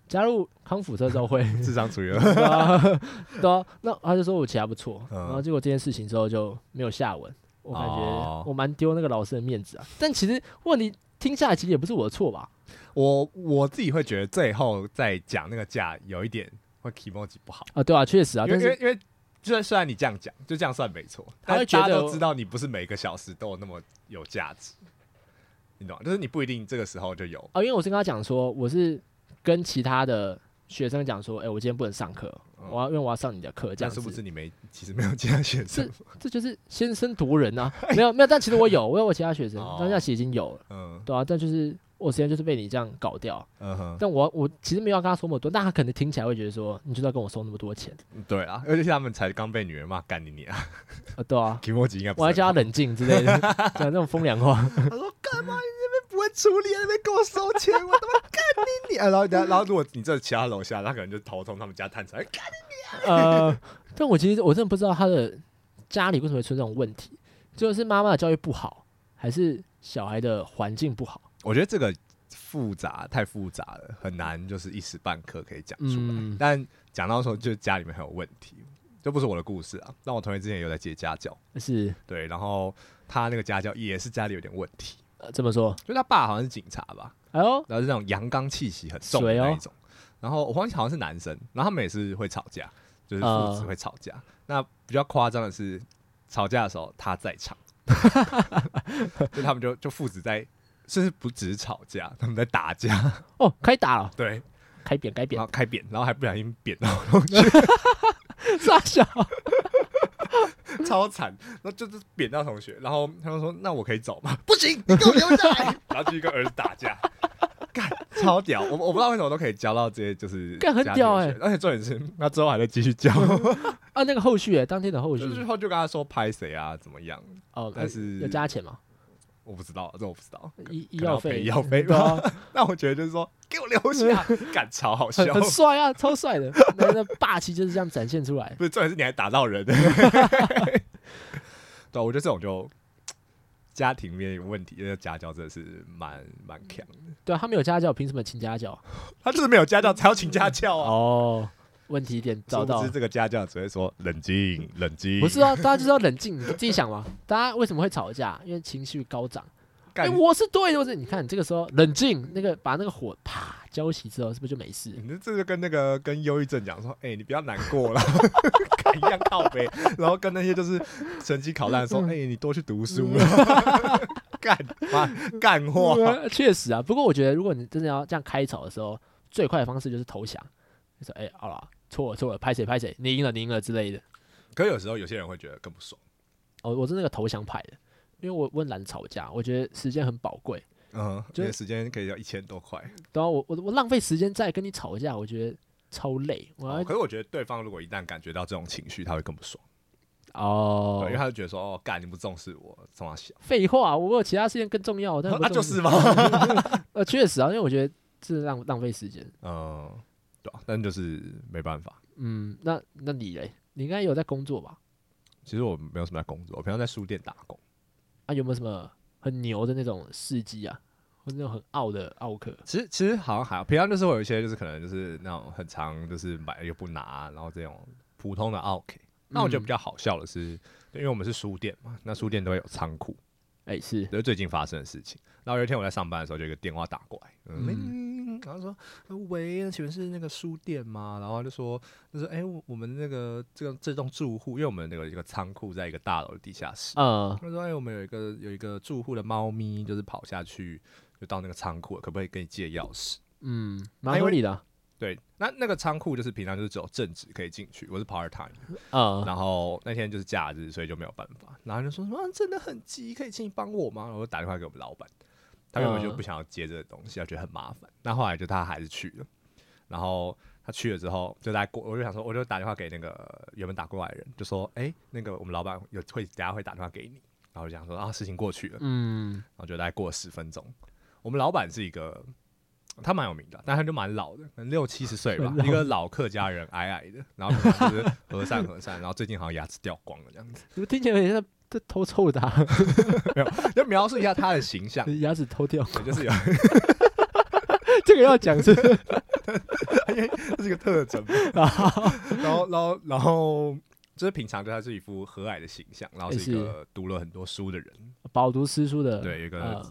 S1: 加入康复社之后会
S2: 智商除以二，
S1: 对啊，对啊那他就说我其实还不错，
S2: 嗯
S1: 然后结果这件事情之后就没有下文，我感
S2: 哦
S1: 觉我蛮丢那个老师的面子啊。但其实问题听下来其实也不是我的错吧？
S2: 我我自己会觉得最后再讲那个价有一点会 e m o j 不好，
S1: 啊，对啊，确实啊，
S2: 因为
S1: 但
S2: 因为
S1: 是
S2: 因为虽然虽然你这样讲，就这样算没错，
S1: 他
S2: 但
S1: 会
S2: 是
S1: 觉得
S2: 大家都知道你不是每个小时都有那么有价值，你懂吗？就是你不一定这个时候就有，
S1: 啊，因为我是跟他讲说，我是跟其他的学生讲说，哎、我今天不能上课，
S2: 嗯
S1: 我要因为我要上你的课，这
S2: 但
S1: 样
S2: 殊不知
S1: 子，
S2: 你没其实没有其他选择，
S1: 这就是先声夺人 啊。没有没有，但其实我有，我有我其他学生
S2: 哦，
S1: 但那其实已经有了。
S2: 嗯
S1: 对啊，但就是我时间就是被你这样搞掉。
S2: 嗯哼，
S1: 但我我其实没有要跟他说那么多，但他可能听起来会觉得说，你就是要跟我收那么多钱
S2: 对啊，而且他们才刚被女人骂干你你啊
S1: 啊？对 啊，
S2: e m o j 应该不
S1: 我还
S2: 是
S1: 叫他
S2: 很好，
S1: 冷静之 类的，讲这种风凉话。
S2: 他说干嘛你那边不会处理，那边给我收钱，我他妈干你你 啊，然后然后如果你这其他楼下，他可能就头从他们家探出来，干
S1: 呃，但我其实我真的不知道他的家里为什么会出这种问题，就是妈妈的教育不好，还是小孩的环境不好？
S2: 我觉得这个复杂太复杂了，很难就是一时半刻可以讲出来。
S1: 嗯
S2: 但讲到说，就是家里面很有问题，这不是我的故事啊。但我同学之前有在接家教，
S1: 是、
S2: 对，然后他那个家教也是家里有点问题，
S1: 呃、这么说？
S2: 就他爸好像是警察吧，
S1: 哎呦，
S2: 然后是那种阳刚气息很重的
S1: 水哦
S2: 那一种。然后我忘记好像是男生，然后他们也是会吵架，就是
S1: 嗯
S2: 父子会吵架。那比较夸张的是，吵架的时候他 在场，就他们就就父子在，甚至不只是吵架，他们在打架。
S1: 哦，开打了，
S2: 对，
S1: 开扁，开扁
S2: 然，后开扁，然后还不小心扁到
S1: 傻笑。
S2: 超惨，然后就是扁到同学，然后他们说：“那我可以走吗？”不行，你给我留下来。然后继续跟儿子 打架，干超屌！我我不知道为什么都可以教到这些，就是
S1: 干很
S2: 家庭
S1: 屌
S2: 的
S1: 欸
S2: 学而且重点是，他之后还在继续教，
S1: 啊，那个后续、欸，当天的后
S2: 我
S1: 续
S2: 就，之后就跟他说拍谁啊，怎么样？
S1: 哦，
S2: 但是
S1: 要加钱嘛？
S2: 我不知道，这我不知道。
S1: 医医
S2: 可能
S1: 药
S2: 要
S1: 费
S2: 赔医药费
S1: 对啊，
S2: 那我觉得就是说，给我留下，赶超好笑
S1: 很。很帅啊，超帅的，那那霸气就是这样展现出来。
S2: 不是，重点是你还打到人。 对，我觉得这种就家庭面有问题，这个家教真的是蛮蛮强的。
S1: 对啊，他没有家教，凭什么请家教？
S2: 他就是没有家教才要请家教啊。
S1: 哦，问题点找
S2: 殊
S1: 到
S2: 不知，这个家教只会说冷静，冷静。
S1: 不是啊，大家就是要冷静，你自己想嘛。大家为什么会吵架？因为情绪高涨。哎、
S2: 干，
S1: 我是对的，我是你看这个时候冷静，那个把那个火啪浇熄之后，是不是就没事？
S2: 你这这就跟那个跟忧郁症讲说，哎、你不要难过了， 干一样靠背，然后跟那些就是成绩考烂说，哎、你多去读书了，干妈干话，
S1: 呃确实啊，不过我觉得如果你真的要这样开吵的时候，最快的方式就是投降，就说哎、好了，错了错了，拍谁拍谁，你赢了你赢了之类的。
S2: 可有时候有些人会觉得更不爽，
S1: 哦，我是那个投降派的，因为我我很懒得吵架，我觉得时间很宝贵。
S2: 嗯，
S1: 就
S2: 这个时间可以要一千多块、
S1: 然后我我我浪费时间在跟你吵架，我觉得超累。我要
S2: 哦可是我觉得对方如果一旦感觉到这种情绪，他会更不爽，对
S1: 哦
S2: 因为，他就觉得说，哦，干你不重视我，冲他小，
S1: 废话，我有其他事情更重要。但
S2: 啊就是嘛，
S1: 呃，确实啊，因为我觉得这浪浪费时间。
S2: 嗯，对啊，但就是没办法。
S1: 嗯，那那你嘞？你应该有在工作吧？
S2: 其实我没有什么在工作，我平常在书店打工。
S1: 啊，有没有什么很牛的那种事迹啊，或者那种很傲的傲客？
S2: 其实其实好像还好，平常就是会有一些就是可能就是那种很长就是买又不拿，然后这种普通的 OK。那我
S1: 嗯
S2: 觉得比较好笑的是，因为我们是书店嘛，那书店都会有仓库，
S1: 哎、是
S2: 这是最近发生的事情。然后有一天我在上班的时候，就有一个电话打过来，嗯，然后说喂，请问是那个书店吗？然后他就说就是哎、我我们那个这个这栋住户，因为我们那个一个仓库在一个大楼的地下室，
S1: 呃，
S2: 他说：“哎、我们有一个有一个住户的猫咪，就是跑下去就到那个仓库了，可不可以跟你借钥匙
S1: 嗯，蛮合理的啊，？”
S2: 对，那那个仓库就是平常就是只有正职可以进去，我是 part time，、
S1: 呃，
S2: 然后那天就是假日，所以就没有办法。然后他就说什么、啊真的很急，可以请你帮我吗？然后我就打电话给我们老板，他原本就
S1: 嗯
S2: 不想要接这个东西，他觉得很麻烦。那后来就他还是去了，然后他去了之后，就在过，我就想说，我就打电话给那个原本打过来的人，就说：“哎、那个我们老板有会等下会打电话给你。”然后我就想说啊，事情过去了，
S1: 嗯，
S2: 然后就大概过了十分钟。我们老板是一个，他蛮有名的，但他就蛮老的，可能六七十岁吧，一个老客家人，矮矮的，然后可能就是和善和善，然后最近好像牙齿掉光了这样子。
S1: 你们听起来有点像在偷臭的、啊，
S2: 要描述一下他的形象，
S1: 牙齿偷掉，
S2: 也就是有，
S1: 这个要讲是不是
S2: 这是一个特征嘛。 然后，然后，然后。就是平常对他是一副和蔼的形象，然后是一个读了很多书的人，
S1: 饱读诗书的，
S2: 对有一个
S1: 呃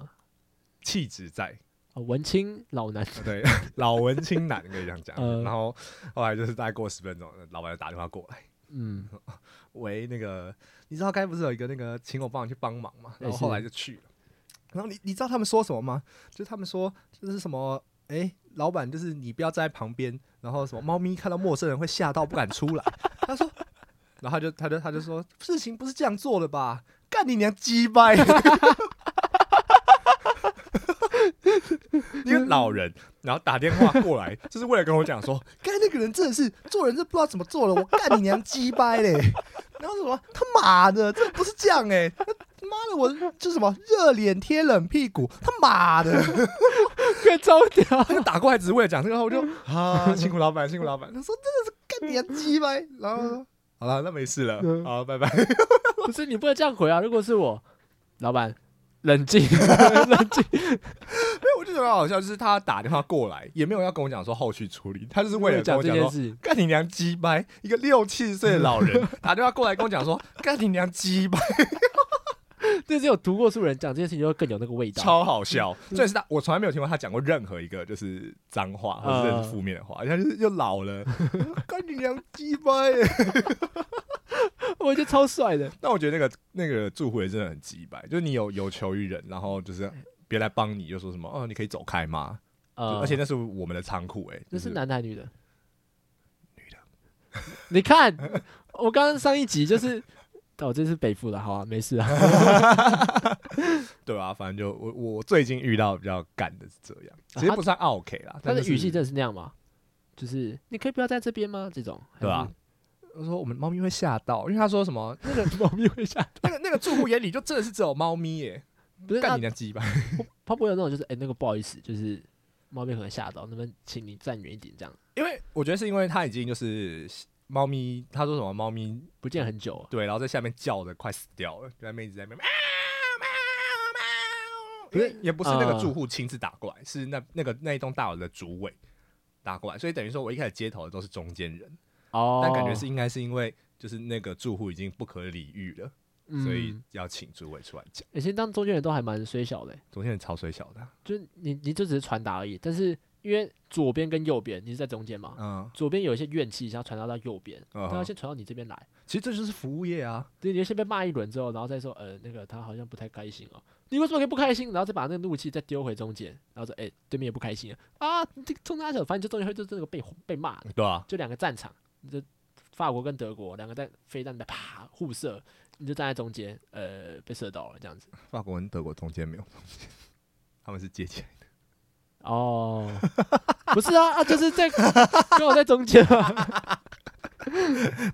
S2: 气质在，
S1: 呃文青老男，
S2: 对，老文青男可以这样讲。
S1: 嗯
S2: 然后后来就是大概过十分钟，老板就打电话过来，
S1: 嗯，
S2: 喂，那个，你知道刚才不是有一个那个请我帮你去帮忙嘛？
S1: 哎
S2: 然后
S1: 是
S2: 后来就去了。然后你你知道他们说什么吗？就是他们说就是什么，哎、老板就是你不要站在旁边，然后什么猫咪看到陌生人会吓到不敢出来。 他说，然后他就他就他就说事情不是这样做的吧？干你娘鸡掰！ 一个老人，然后打电话过来，就是为了跟我讲说，干那个人真的是做人是不知道怎么做了，我干你娘鸡掰嘞！然后什么他妈的，这不是这样哎、妈的，我这什么热脸贴冷屁股，他妈的！
S1: 更糟掉，
S2: 他就打过来只是为了讲这个话，我 就啊，辛苦老板，辛苦老板。他说真的是干你娘鸡掰，然后说 好了，那没事了
S1: 嗯，
S2: 好，拜拜。
S1: 不是你不能这样回啊，如果是我，老 板。冷静，冷静。
S2: 对， 我就觉得很好笑，就是他打电话过来，也没有要跟我讲说后续处理，他就是为了跟
S1: 讲
S2: 我
S1: 这
S2: 讲
S1: 件
S2: 说
S1: 事，
S2: 干你娘鸡掰！一个六七十岁的老 人打电话过来跟我讲说，干你娘鸡掰，
S1: 这是有读过书人讲这件事情，就会更有那个味道。
S2: 超好笑。
S1: 嗯
S2: 这也是他，我从来没有听过他讲过任何一个就是脏话或者
S1: 嗯
S2: 是负面的话，而且他就是又老了， 干你娘鸡掰！
S1: 我觉得超帅的。
S2: 但我觉得那个那个住户也真的很鸡掰，就是你有有求于人，然后就是别来帮你，又说什么哦，你可以走开吗？就
S1: 呃，
S2: 而且那是我们的仓库，哎，
S1: 这
S2: 就是是
S1: 男的还是女的？女的。 你看，我刚刚上一集就是，哦，这是北部的，好啊，没事 啊。
S2: 对啊，反正就我我最近遇到比较干的是这样，其实不算 OK 啦，
S1: 啊他
S2: 但
S1: 的
S2: 就是
S1: 语气真的是那样吗？就是你可以不要在这边吗？这种
S2: 对啊，他说我们猫咪会吓到，因为他说什么那个
S1: 还是猫咪会吓。
S2: 那个那个住户眼里就真的是只有猫咪耶、
S1: 不是啊
S2: 干
S1: 那
S2: 你娘鸡巴！
S1: 他不会有那种就是哎、那个不好意思，就是猫咪可能吓到，那边请你站远一点，这样
S2: 因为我觉得是因为他已经就是猫咪，他说什么猫咪
S1: 不见很久、
S2: 对，然后在下面叫的快死掉了，就在那边一直在那边喵喵喵，
S1: 不是
S2: 因为也不是那个
S1: 嗯
S2: 住户亲自打过来，是那那个那一栋大楼的主委打过来，所以等于说我一开始接头的都是中间人，
S1: 哦，
S2: 但感觉是应该是因为就是那个住户已经不可理喻了，
S1: 嗯，
S2: 所以要请主委出来讲。
S1: 欸其实当中间人都还蛮虽小的欸、
S2: 中间人超水小的啊，
S1: 就是你你就只是传达而已，但是因为左边跟右边你是在中间嘛，
S2: 嗯，
S1: 左边有一些怨气想要传达到右边，
S2: 嗯
S1: 他要
S2: 哼
S1: 先传到你这边来，
S2: 其实这就是服务业啊，
S1: 对，你就先被骂一轮之后，然后再说呃那个他好像不太开心哦，你为什么可以不开心？然后再把那个怒气再丢回中间，然后说哎、欸对面也不开心啊，啊你这个冲他小，反正就中间会就这个被被骂的，
S2: 对啊，
S1: 就两个战场，你就法国跟德国两个在飞弹在啪互射，你就站在中间，呃被射到了这样子。
S2: 法国跟德国中间没有中间， 他们是借钱。
S1: 哦， 不是啊啊，就是在 跟我在中间 啊，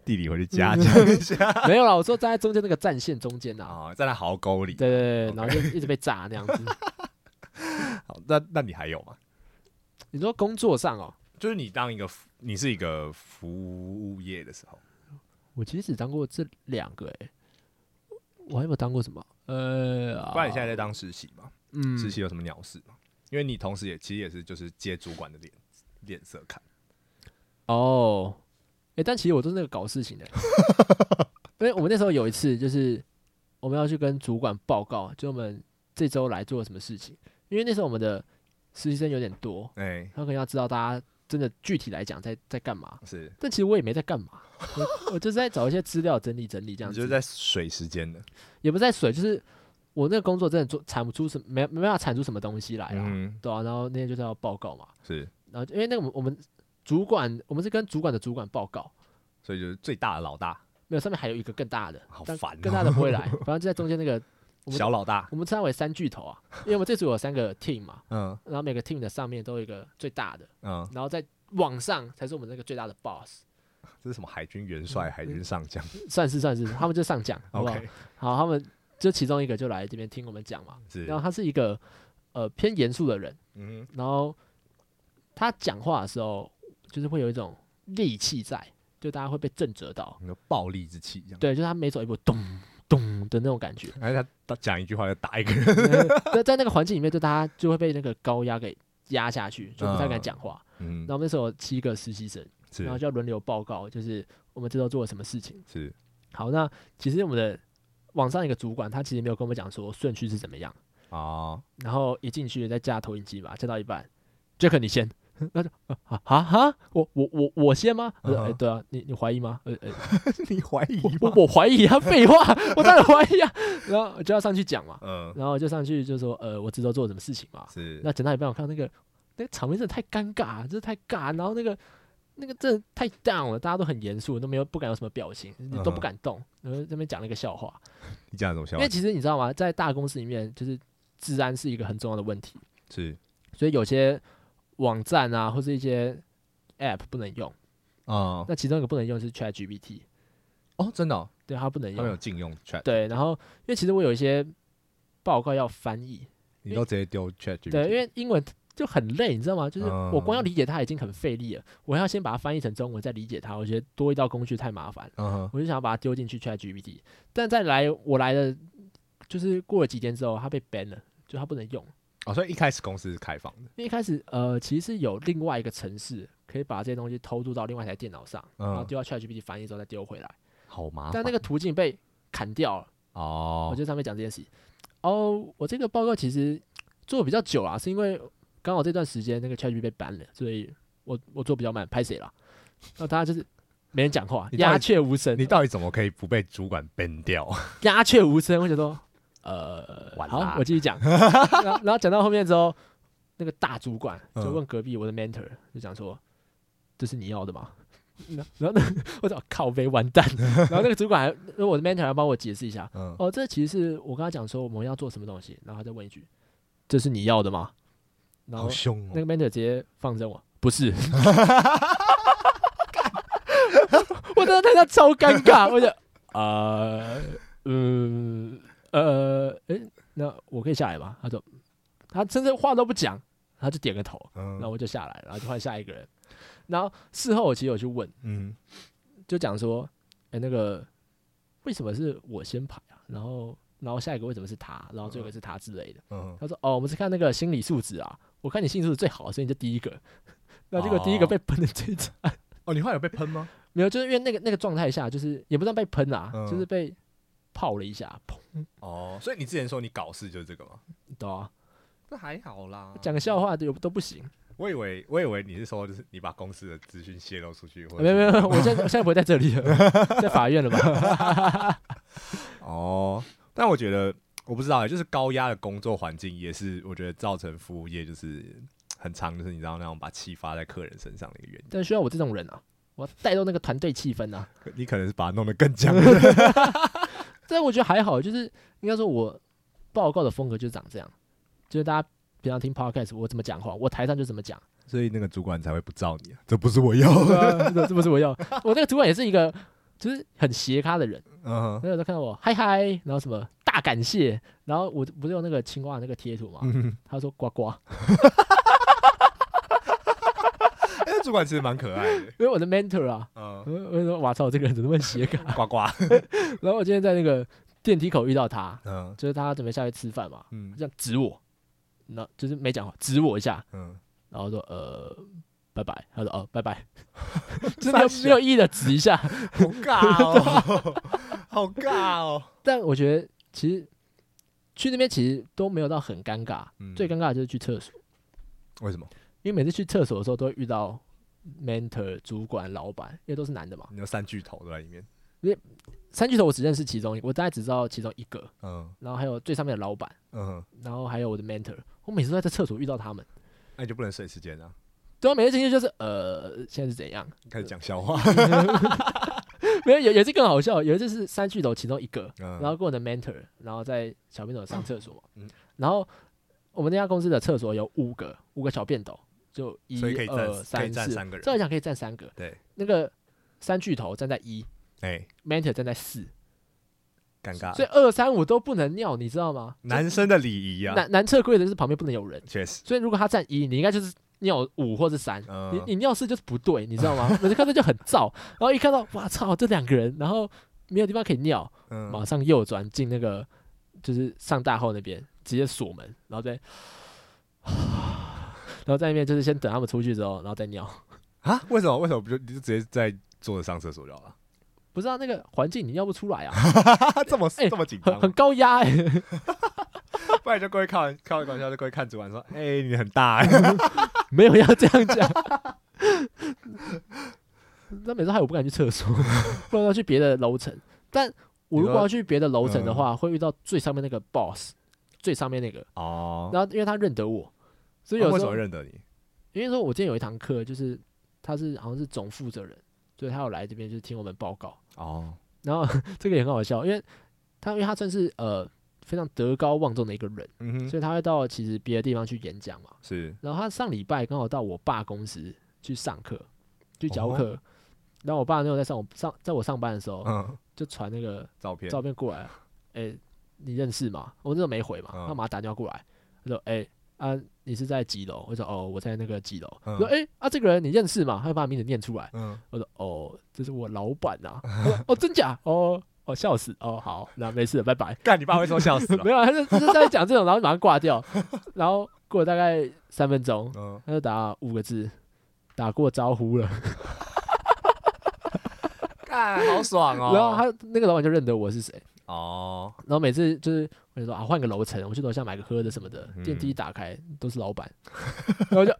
S2: 地理回去加强一 下
S1: 没有啦，我说站在中间那个战线中间啊，
S2: 啊，在那壕沟里。
S1: 对对对，然后就一直被炸那样 子。
S2: 好，那那你还有吗？
S1: 你说工作上哦，
S2: 就是你当一个服你是一个服务业的时候，
S1: 我其实只当过这两个诶、我还有没有当过什么？呃，
S2: 不然你现在在当实习嘛？
S1: 嗯
S2: 实习有什么鸟事吗？因为你同时也其实也是就是接主管的脸脸色看，
S1: 哦，诶，但其实我都是那个搞事 情的欸，因为我们那时候有一次就是我们要去跟主管报告，就我们这周来做了什么事情，因为那时候我们的实习生有点多，
S2: 哎、
S1: 他可能要知道大家真的具体来讲在在干嘛，
S2: 是，
S1: 但其实我也没在干嘛，我 我就是在找一些资料整理整理这样
S2: 你
S1: 子，
S2: 就是在水时间的，
S1: 也不在水，就是我那个工作真的做产不出什么，没没办法产出什么东西来啦，
S2: 嗯，
S1: 对啊，然后那天就是要报告嘛，
S2: 是，
S1: 然后因为那个我们我们主管我们是跟主管的主管报告，
S2: 所以就是最大的老大，
S1: 没有上面还有一个更大的，
S2: 好
S1: 但
S2: 烦哦
S1: 更大的不会来，反正就在中间那个我们
S2: 小老大，
S1: 我们称它为三巨头啊，因为我们这组有三个 team 嘛，
S2: 嗯
S1: 然后每个 team 的上面都有一个最大的，
S2: 嗯，
S1: 然后在往上才是我们那个最大的 boss，
S2: 这是什么海军元
S1: 嗯
S2: 帅、海军上将
S1: 算是算是，他们就上讲，好不好？
S2: ？OK，
S1: 好，他们就其中一个就来这边听我们讲嘛。
S2: 是
S1: 然，后他是一个呃偏严肃的人，
S2: 嗯
S1: 然后他讲话的时候就是会有一种戾气在，就大家会被震慑到
S2: 哼，。有暴力之气这样，
S1: 对，就是他每走一步咚咚的那种感觉。
S2: 而且他讲一句话就打一个 人，
S1: 在在那个环境里面，就大家就会被那个高压给压下去，就不太敢讲话。
S2: 嗯
S1: 然，后我们那时候有七个实习生，
S2: 是
S1: 然后就要轮流报告，就是我们这周做了什么事情。
S2: 是，
S1: 好，那其实我们的网上一个主管，他其实没有跟我们讲说顺序是怎么样。
S2: 哦，
S1: 然后一进去再架投影机吧，架到一半，Jack 你先， 那就啊啊哈，我我我我先吗？我说
S2: 嗯
S1: 哎、
S2: 哼
S1: 对啊，你你怀疑吗？呃呃，
S2: 你怀疑
S1: 我
S2: 吗？
S1: 我我怀疑啊，废话，我当然怀疑啊， 然后就要上去讲嘛，
S2: 嗯，
S1: 然后就上去就说呃，我这周做了什么事情嘛？
S2: 是，
S1: 那讲到一半，我看到那个那个场面真的太尴尬，真的太尬，然后那个那个真的太 down 了，大家都很严肃，都没有不敢有什么表情，都不
S2: 嗯哼
S1: 敢动，然后这边讲了一个笑话，
S2: 你讲的什么笑
S1: 因
S2: 话
S1: 为？其实你知道吗，在大公司里面，就是治安是一个很重要的问题。
S2: 是
S1: 所以有些网站啊，或是一些 App 不能用。
S2: 啊，
S1: 那其中一个不能用是 ChatGPT，
S2: 哦，真的哦，
S1: 对，它不能
S2: 他们有
S1: 用。
S2: 禁用 Chat，
S1: 对，然后因为其实我有一些报告要翻译，
S2: 你都直接丢 Chat GPT。
S1: 对，因为英文就很累，你知道吗？就是
S2: 嗯
S1: 我光要理解它已经很费力了，我还要先把它翻译成中文再理解它，我觉得多一道工序太麻烦了，
S2: 嗯哼，
S1: 我就想要把它丢进去 ChatGPT。但再来我来的，就是过了几天之后，它被 ban 了，就它不能用。
S2: 哦，所以一开始公司是开放的，
S1: 因为一开始呃，其实是有另外一个城市可以把这些东西偷渡到另外一台电脑上，然后
S2: 嗯，
S1: 丢到 ChatGPT 翻译之后再丢回来，
S2: 好麻
S1: 但那个途径被砍掉了。
S2: 哦
S1: 我，就上面讲这件事情。哦，我这个报告其实做得比较久啊，是因为刚好这段时间那个 ChatGPT 被 ban 了，所以我我做比较慢，拍谁啦？那大家就是没人讲话，
S2: 你到底
S1: 鸦雀无声。
S2: 你到底怎么可以不被主管 ban 掉？
S1: 鸦雀无声，我想说，呃，
S2: 完啦
S1: 好，我继续讲。然后然后讲到后面之后，那个大主管
S2: 嗯
S1: 就问隔壁我的 mentor，、就讲说，这是你要的吗？ 然后然后那我说靠背完蛋， 然后那个主管还，我的 mentor 还帮我解释一下，
S2: 嗯，
S1: 哦，这其实是我跟他讲说我们要做什么东西，然后他再问一句，这是你要的吗？然后
S2: 好凶
S1: 那
S2: 哦，
S1: 个 mentor 直接放生我，不是。 我真的在那超尴尬，我就啊，呃嗯呃，诶，那我可以下来吗？”他说：“他甚至话都不讲，他就点个头，然后
S2: 嗯
S1: 我就下来，然后就换下一个人。然后事后我其实有去问，
S2: 嗯，
S1: 就讲说：“哎、那个为什么是我先排啊？然后然后下一个为什么是他？然后最后一个是他之类的。”
S2: 嗯，
S1: 他说：“哦，我们是看那个心理素质啊，我看你心理素质最好，所以你就第一 个。”那结果第一个被喷的最惨，
S2: 哦，你后来有被喷 吗？
S1: 没有，就是因为那个那个状态下，就是也不算被喷啊，
S2: 嗯
S1: 就是被泡了一下，砰，
S2: 哦，所以你之前说你搞事就是这个吗？
S1: 你懂啊？
S2: 那还好啦
S1: 讲个笑话都都不行，
S2: 我以为我以为你是说就是你把公司的资讯泄露出去，或者
S1: 没有没有，没 有我现在我现在不会在这里了，在法院了吧？
S2: 哦，但我觉得我不知道欸，就是高压的工作环境也是我觉得造成服务业就是很长，就是你知道那种把气发在客人身上的一个原因。
S1: 但需要我这种人啊，我要带动那个团队气氛啊。
S2: 可你可能是把它弄得更 僵。
S1: 但我觉得还好，就是应该说我报告的风格就是长这样，就是大家平常听 podcast 我怎么讲话，我台上就怎么讲。
S2: 所以那个主管才会不照你、啊，这不是我要
S1: 对
S2: 的。
S1: 啊，这这不是我要。我那个主管也是一个，就是很斜咖的人，
S2: 嗯
S1: 那时候看到我嗨嗨，然后什么大感谢，然后我不是有那个青蛙的那个贴图嘛，
S2: 哼，
S1: 他说呱呱，
S2: 哎、那主管其实蛮可爱的。
S1: 因为我的 mentor 啊，
S2: 嗯，
S1: 我我就说哇操，这个人怎么那么斜 咖？
S2: 呱呱。
S1: 然后我今天在那个电梯口遇到他，
S2: 嗯
S1: 就是他准备下去吃饭嘛，
S2: 嗯
S1: 这样指我，那就是没讲话，指我一下，
S2: 嗯，
S1: 然后说呃。拜拜，他说哦，拜拜，真的没有意义的指一下。
S2: 好尬哦，好尬哦。
S1: 但我觉得其实去那边其实都没有到很尴尬，
S2: 嗯
S1: 最尴尬的就是去厕所。
S2: 为什么？
S1: 因为每次去厕所的时候都会遇到 mentor、主管、老板，因为都是男的嘛。
S2: 你有三巨头都在里面。
S1: 三巨头我只认识其中一，我大概只知道其中一个，
S2: 嗯
S1: 然后还有最上面的老板，
S2: 嗯，
S1: 然后还有我的 mentor。我每次都在厕所遇到他们，
S2: 那哎你就不能睡时间啊，
S1: 对啊，每次进去就是呃，现在是怎样？
S2: 开始讲笑话。
S1: 没有，有有一次更好笑，有一次是三巨头其中一个，
S2: 嗯
S1: 然后跟我的 mentor，然后在小便斗上厕所嘛
S2: 嗯
S1: 然后我们那家公司的厕所有五个五个小便斗，就一
S2: 所以可以站
S1: 二
S2: 可以
S1: 三
S2: 站
S1: 四
S2: 三个，人
S1: 照理讲可以站三个，
S2: 对，
S1: 那个三巨头站在一
S2: 哎、
S1: ，mentor 站在四。
S2: 尴尬。
S1: 所以二三五都不能尿，你知道吗？
S2: 男生的礼仪啊，
S1: 男男厕规则就是旁边不能有人，
S2: 确实，
S1: 所以如果他站一，你应该就是尿五或是三、
S2: 嗯
S1: 你你尿四就是不对，你知道吗？ 每次看到就很燥，然后一看到哇操，这两个人，然后没有地方可以尿，
S2: 嗯
S1: 马上右转进那个就是上大号那边，直接锁门，然后再。 然后在那边就是先等他们出去之后，然后再尿。
S2: 啊，为什么？为什么不就你就直接在坐着上厕所就好了？
S1: 不知道、那个环境你尿不出来啊，
S2: 这么
S1: 哎
S2: 这么紧
S1: 很
S2: 张吗，
S1: 很高压哎、
S2: 不然就过去开玩开玩笑，就过去看主管说：“哎，你很大。 欸
S1: 没有要这样讲。 那每次害我不敢去厕 所，不然要去别的楼层。但我如果要去别的楼层
S2: 嗯
S1: 的话，会遇到最上面那个 boss，最上面那个。”
S2: 哦，
S1: 然后因为他认得我，所以
S2: 那
S1: 有
S2: 为
S1: 时
S2: 什
S1: 候
S2: 么认得你？
S1: 因为说我今天有一堂课，就是他是好像是总负责人，所以他有来这边就是听我们报告。
S2: 哦，
S1: 然后 这个也很好笑，因为他因为他算是呃非常德高望重的一个人，
S2: 嗯哼，
S1: 所以他会到其实别的地方去演讲嘛。
S2: 是
S1: 然后他上礼拜刚好到我爸公司去上课，去教
S2: 哦
S1: 课。然后我爸那时候在上我上在我上班的时候，
S2: 嗯，
S1: 就传那个
S2: 照片
S1: 哦照片过来，哎、你认识吗？我那时候没回嘛，
S2: 嗯
S1: 他马上打电话过来，他说，哎、啊，你是在几楼？我说哦，我在那个几楼。
S2: 嗯
S1: 我说哎、啊，这个人你认识吗？他就把他名字念出来。
S2: 嗯，
S1: 我说哦，这是我老板呐、他说哦，真假？哦哦，笑死。哦，好，那没事了，拜拜。
S2: 干你爸会说笑死了。
S1: 没有啊，他就他就在讲这种，然后马上挂掉。然后过了大概三分钟，
S2: 嗯，
S1: 他就打五个字，打过招呼了。
S2: 干哎好 爽
S1: 然后他那个老板就认得我是谁。
S2: 哦，
S1: 然后每次就是我就说啊，换个楼层，我去楼下买个喝的什么的。
S2: 嗯
S1: 电梯一打开都是老板， 然后我就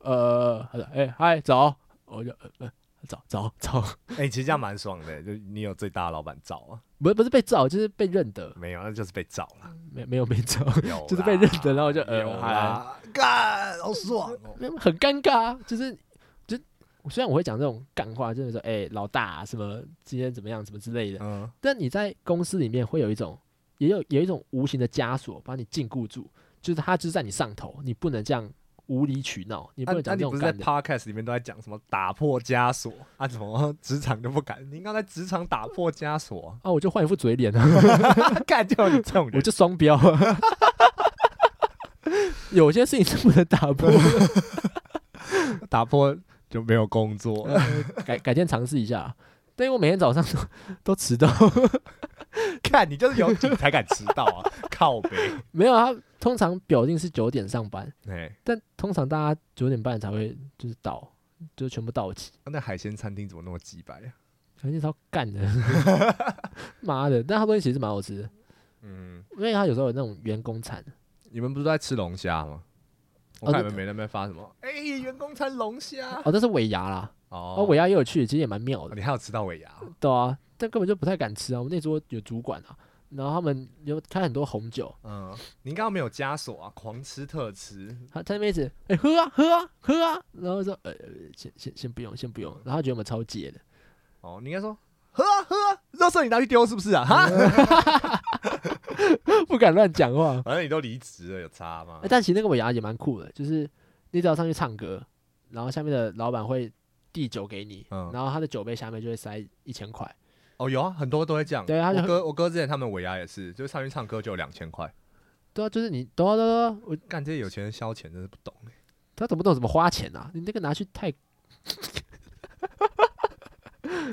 S1: 呃，他说哎、嗨早，我就呃呃早早早，
S2: 哎，其实这样蛮爽的，就你有最大的老板照啊，
S1: 不是不是被照，就是被认得，
S2: 没有，那就是被照了，
S1: 没没有被照，
S2: 有
S1: 就是
S2: 啦
S1: 被认得然后就呃
S2: 有啦，干好爽哦，
S1: 没有很尴尬啊，就是。就虽然我会讲这种干话，就是说，哎、老大啊、什么今天怎么样，什么之类的，
S2: 嗯，
S1: 但你在公司里面会有一种，也有有一种无形的枷锁把你禁锢住，就是他就是在你上头，你不能这样无理取闹，你不
S2: 那
S1: 能
S2: 那
S1: 讲
S2: 啊你
S1: 这种
S2: 不是在
S1: 干的。
S2: podcast 里面都在讲什么打破枷锁啊？怎么职场就不敢？你应该在职场打破枷锁啊
S1: 啊，我就换一副嘴脸啊，
S2: 干掉你这种
S1: 我
S2: 人，
S1: 就双标 啊。有些事情是不能打破的，
S2: 打破就没有工作了。
S1: 改改天尝试一下啊。但因为我每天早上都都迟到，
S2: 看你就是有你才敢迟到啊，靠北。
S1: 没有啊。通常表定是九点上班，
S2: 哎，
S1: 但通常大家九点半才会就是到，就全部到齐。
S2: 那海鲜餐厅怎么那么鸡白啊？
S1: 肯定是要干的，妈的！但他东西其实蛮好吃的，
S2: 嗯，
S1: 因为他有时候有那种员工餐，
S2: 你们不是在吃龙虾吗？我
S1: 哦
S2: 看
S1: 对
S2: 你们每天在那边发什么？哎，员工餐龙虾
S1: 哦，这是尾牙啦，哦，
S2: 哦
S1: 尾，牙也有去，其实也蛮妙的，
S2: 你还有吃到尾牙哦？
S1: 对啊，但根本就不太敢吃啊。我们那桌有主管啊，然后他们有开很多红酒，
S2: 嗯，你刚刚没有枷锁啊，狂吃特吃。
S1: 他他那边一直哎、喝啊喝啊喝啊，然后说呃呃先先先不用先不用，然后他觉得我们超解的，
S2: 哦，你应该说喝啊喝啊，垃圾你拿去丢是不是啊？
S1: 哦
S2: 哈，
S1: 不敢乱讲话。
S2: 反正你都离职了，有差吗
S1: 哎、？但其实那个尾牙也蛮酷的，就是你只要上去唱歌，然后下面的老板会递酒给你，
S2: 嗯
S1: 然后他的酒杯下面就会塞一千块。
S2: 哦，有啊，很多都会这样。
S1: 对啊他
S2: 我
S1: 就
S2: 哥我哥之前他们尾牙也是，就是上去唱歌就有两千块。
S1: 对啊，就是你，对啊对啊，对啊我
S2: 干这些有钱人消遣真是不懂欸
S1: 他懂不懂怎么花钱啊？你那个拿去太，
S2: 哦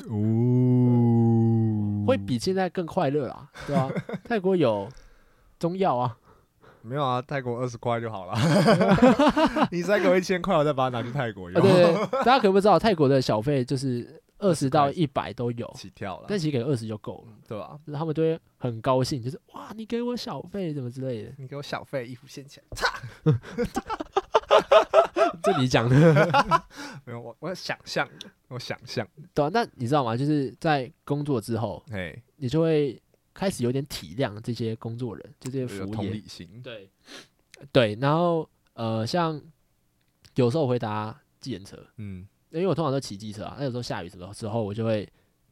S1: 嗯会比现在更快乐啦，对啊，泰国有中药啊，
S2: 没有啊？泰国二十块 就好了， 你再给我一千块，我再把它拿去泰国
S1: 啊对
S2: 用，
S1: 对， 对大家可不知道，泰国的小费就是二十到
S2: 块
S1: 一百都有，
S2: 起跳了
S1: 但，其实给二十就够了，
S2: 对吧？
S1: 就是他们都会很高兴，就是哇，你给我小费怎么之类的，
S2: 你给我小费，衣服先钱。
S1: 这你讲的，
S2: 没有，我我想象的，我想象的，
S1: 对啊，那你知道吗？就是在工作之后，
S2: 嘿，
S1: 你就会开始有点体谅这些工作人，就这些
S2: 有
S1: 服务
S2: 同
S1: 业。
S2: 理心。
S1: 对对，然后呃，像有时候我会搭计程车，
S2: 嗯，
S1: 因为我通常都骑机车啊，那有时候下雨什么时候我就会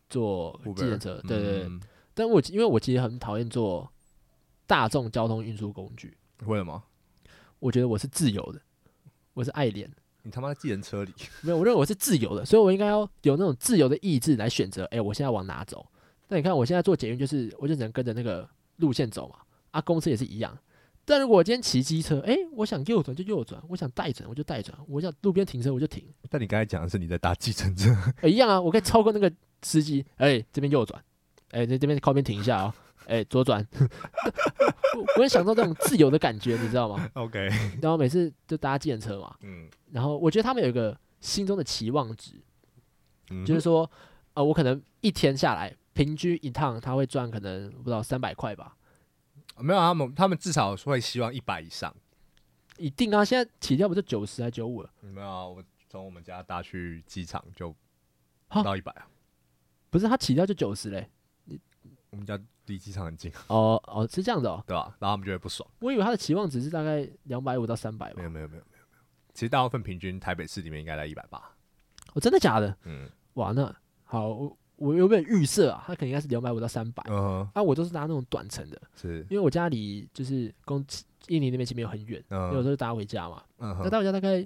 S1: 坐计
S2: Uber，
S1: 程车。对对对，
S2: 嗯，
S1: 但我因为我其实很讨厌坐大众交通运输工具，
S2: 为什么？
S1: 我觉得我是自由的，我是爱莲，
S2: 你他妈在计程车里，
S1: 没有，我认为我是自由的，所以我应该要有那种自由的意志来选择，哎、我现在往哪走？那你看我现在做捷运，就是我就只能跟着那个路线走嘛，啊，公司也是一样。但如果我今天骑机车，哎、我想右转就右转，我想带转我就带转，我想路边停车我就停，
S2: 但你刚才讲的是你在搭计程车，
S1: 哎，一样啊，我可以超过那个司机，哎、这边右转，哎、在这边靠边停一下啊、哎、左转， 我我很享受这种自由的感觉，你知道吗？
S2: OK，
S1: 然后每次就搭计程车嘛，
S2: 嗯，
S1: 然后我觉得他们有一个心中的期望值，
S2: 嗯
S1: 就是说，呃，我可能一天下来平均一趟他会赚可能不知道三百块吧，
S2: 没有啊他们，他们至少会希望一百以上。
S1: 一定啊，现在起跳不就九十还九五了？
S2: 没有啊，我从我们家搭去机场就
S1: 哈
S2: 到一百啊，
S1: 不是，他起跳就九十嘞。
S2: 我们家离机场很近，啊
S1: 哦哦，是这样子哦，
S2: 对吧、然后他们就会不爽。
S1: 我以为他的期望值是大概两百五到三百吧
S2: 没。有没有没有没有没有，其实大部分平均台北市里面应该在一百八。
S1: 哦，真的假的？
S2: 嗯
S1: 哇，那好，我我有没有预设啊？他可能应该是两百五到三百、
S2: 嗯哼，
S1: 啊，我都是拿那种短程的，
S2: 是
S1: 因为我家离就是公印尼那边其实没有很远，有时候
S2: 嗯
S1: 就搭回家嘛。
S2: 嗯
S1: 那
S2: 哼，
S1: 到家大概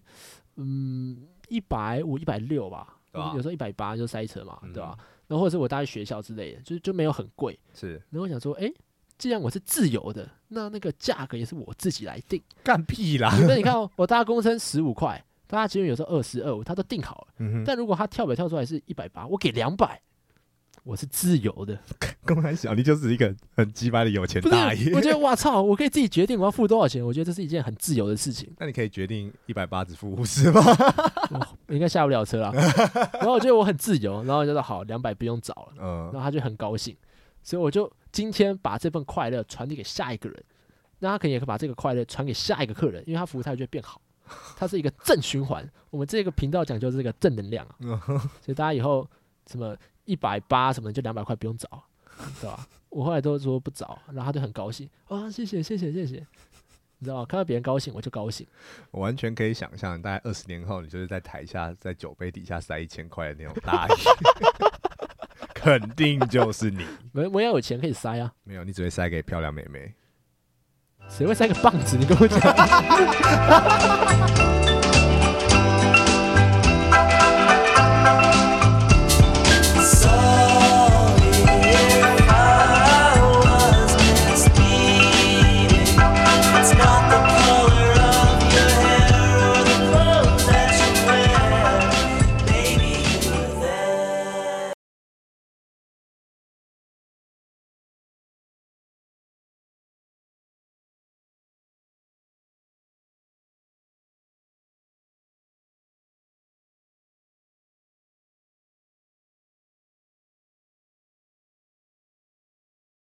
S1: 嗯一百五、一百六吧，
S2: 对啊
S1: 有时候一百八就塞车嘛，
S2: 嗯
S1: 对吧、然后或者是我搭去学校之类的，就就没有很贵。
S2: 是
S1: 然后我想说，哎、既然我是自由的，那那个价格也是我自己来 定。
S2: 干屁啦！
S1: 那你看、哦，我搭公车十五块，搭捷运有时候二十二，他都定好了。
S2: 嗯哼，
S1: 但如果他跳表跳出来是一百八，我给两百。我是自由的，
S2: 公然小，你就是一个很鸡掰的有钱
S1: 不是
S2: 大爷？。
S1: 我觉得哇操，我可以自己决定我要付多少钱，我觉得这是一件很自由的事情。
S2: 那你可以决定一百八只付五十吗？
S1: 我应该下不了车啦。 然后我觉得我很自由，然后我就说好，两百不用找了。然
S2: 嗯，
S1: 后他就很高兴，所以我就今天把这份快乐传递给下一个人，那他可能也可以把这个快乐传给下一个客人，因为他服务态度就会变好，它是一个正循环。我们这个频道讲究这个正能量啊，所以大家以后什么一百八什么就两百块不用找，对吧？我后来都说不找，然后他就很高兴啊，谢谢谢谢谢谢，你知道吗？看到别人高兴我就高兴，
S2: 我完全可以想象，大概二十年后，你就是在台下在酒杯底下塞一千块的那种大爷，肯定就是你。
S1: 我我要有钱可以塞啊，
S2: 没有，你只会塞给漂亮妹妹。
S1: 谁会塞个棒子？你跟我讲。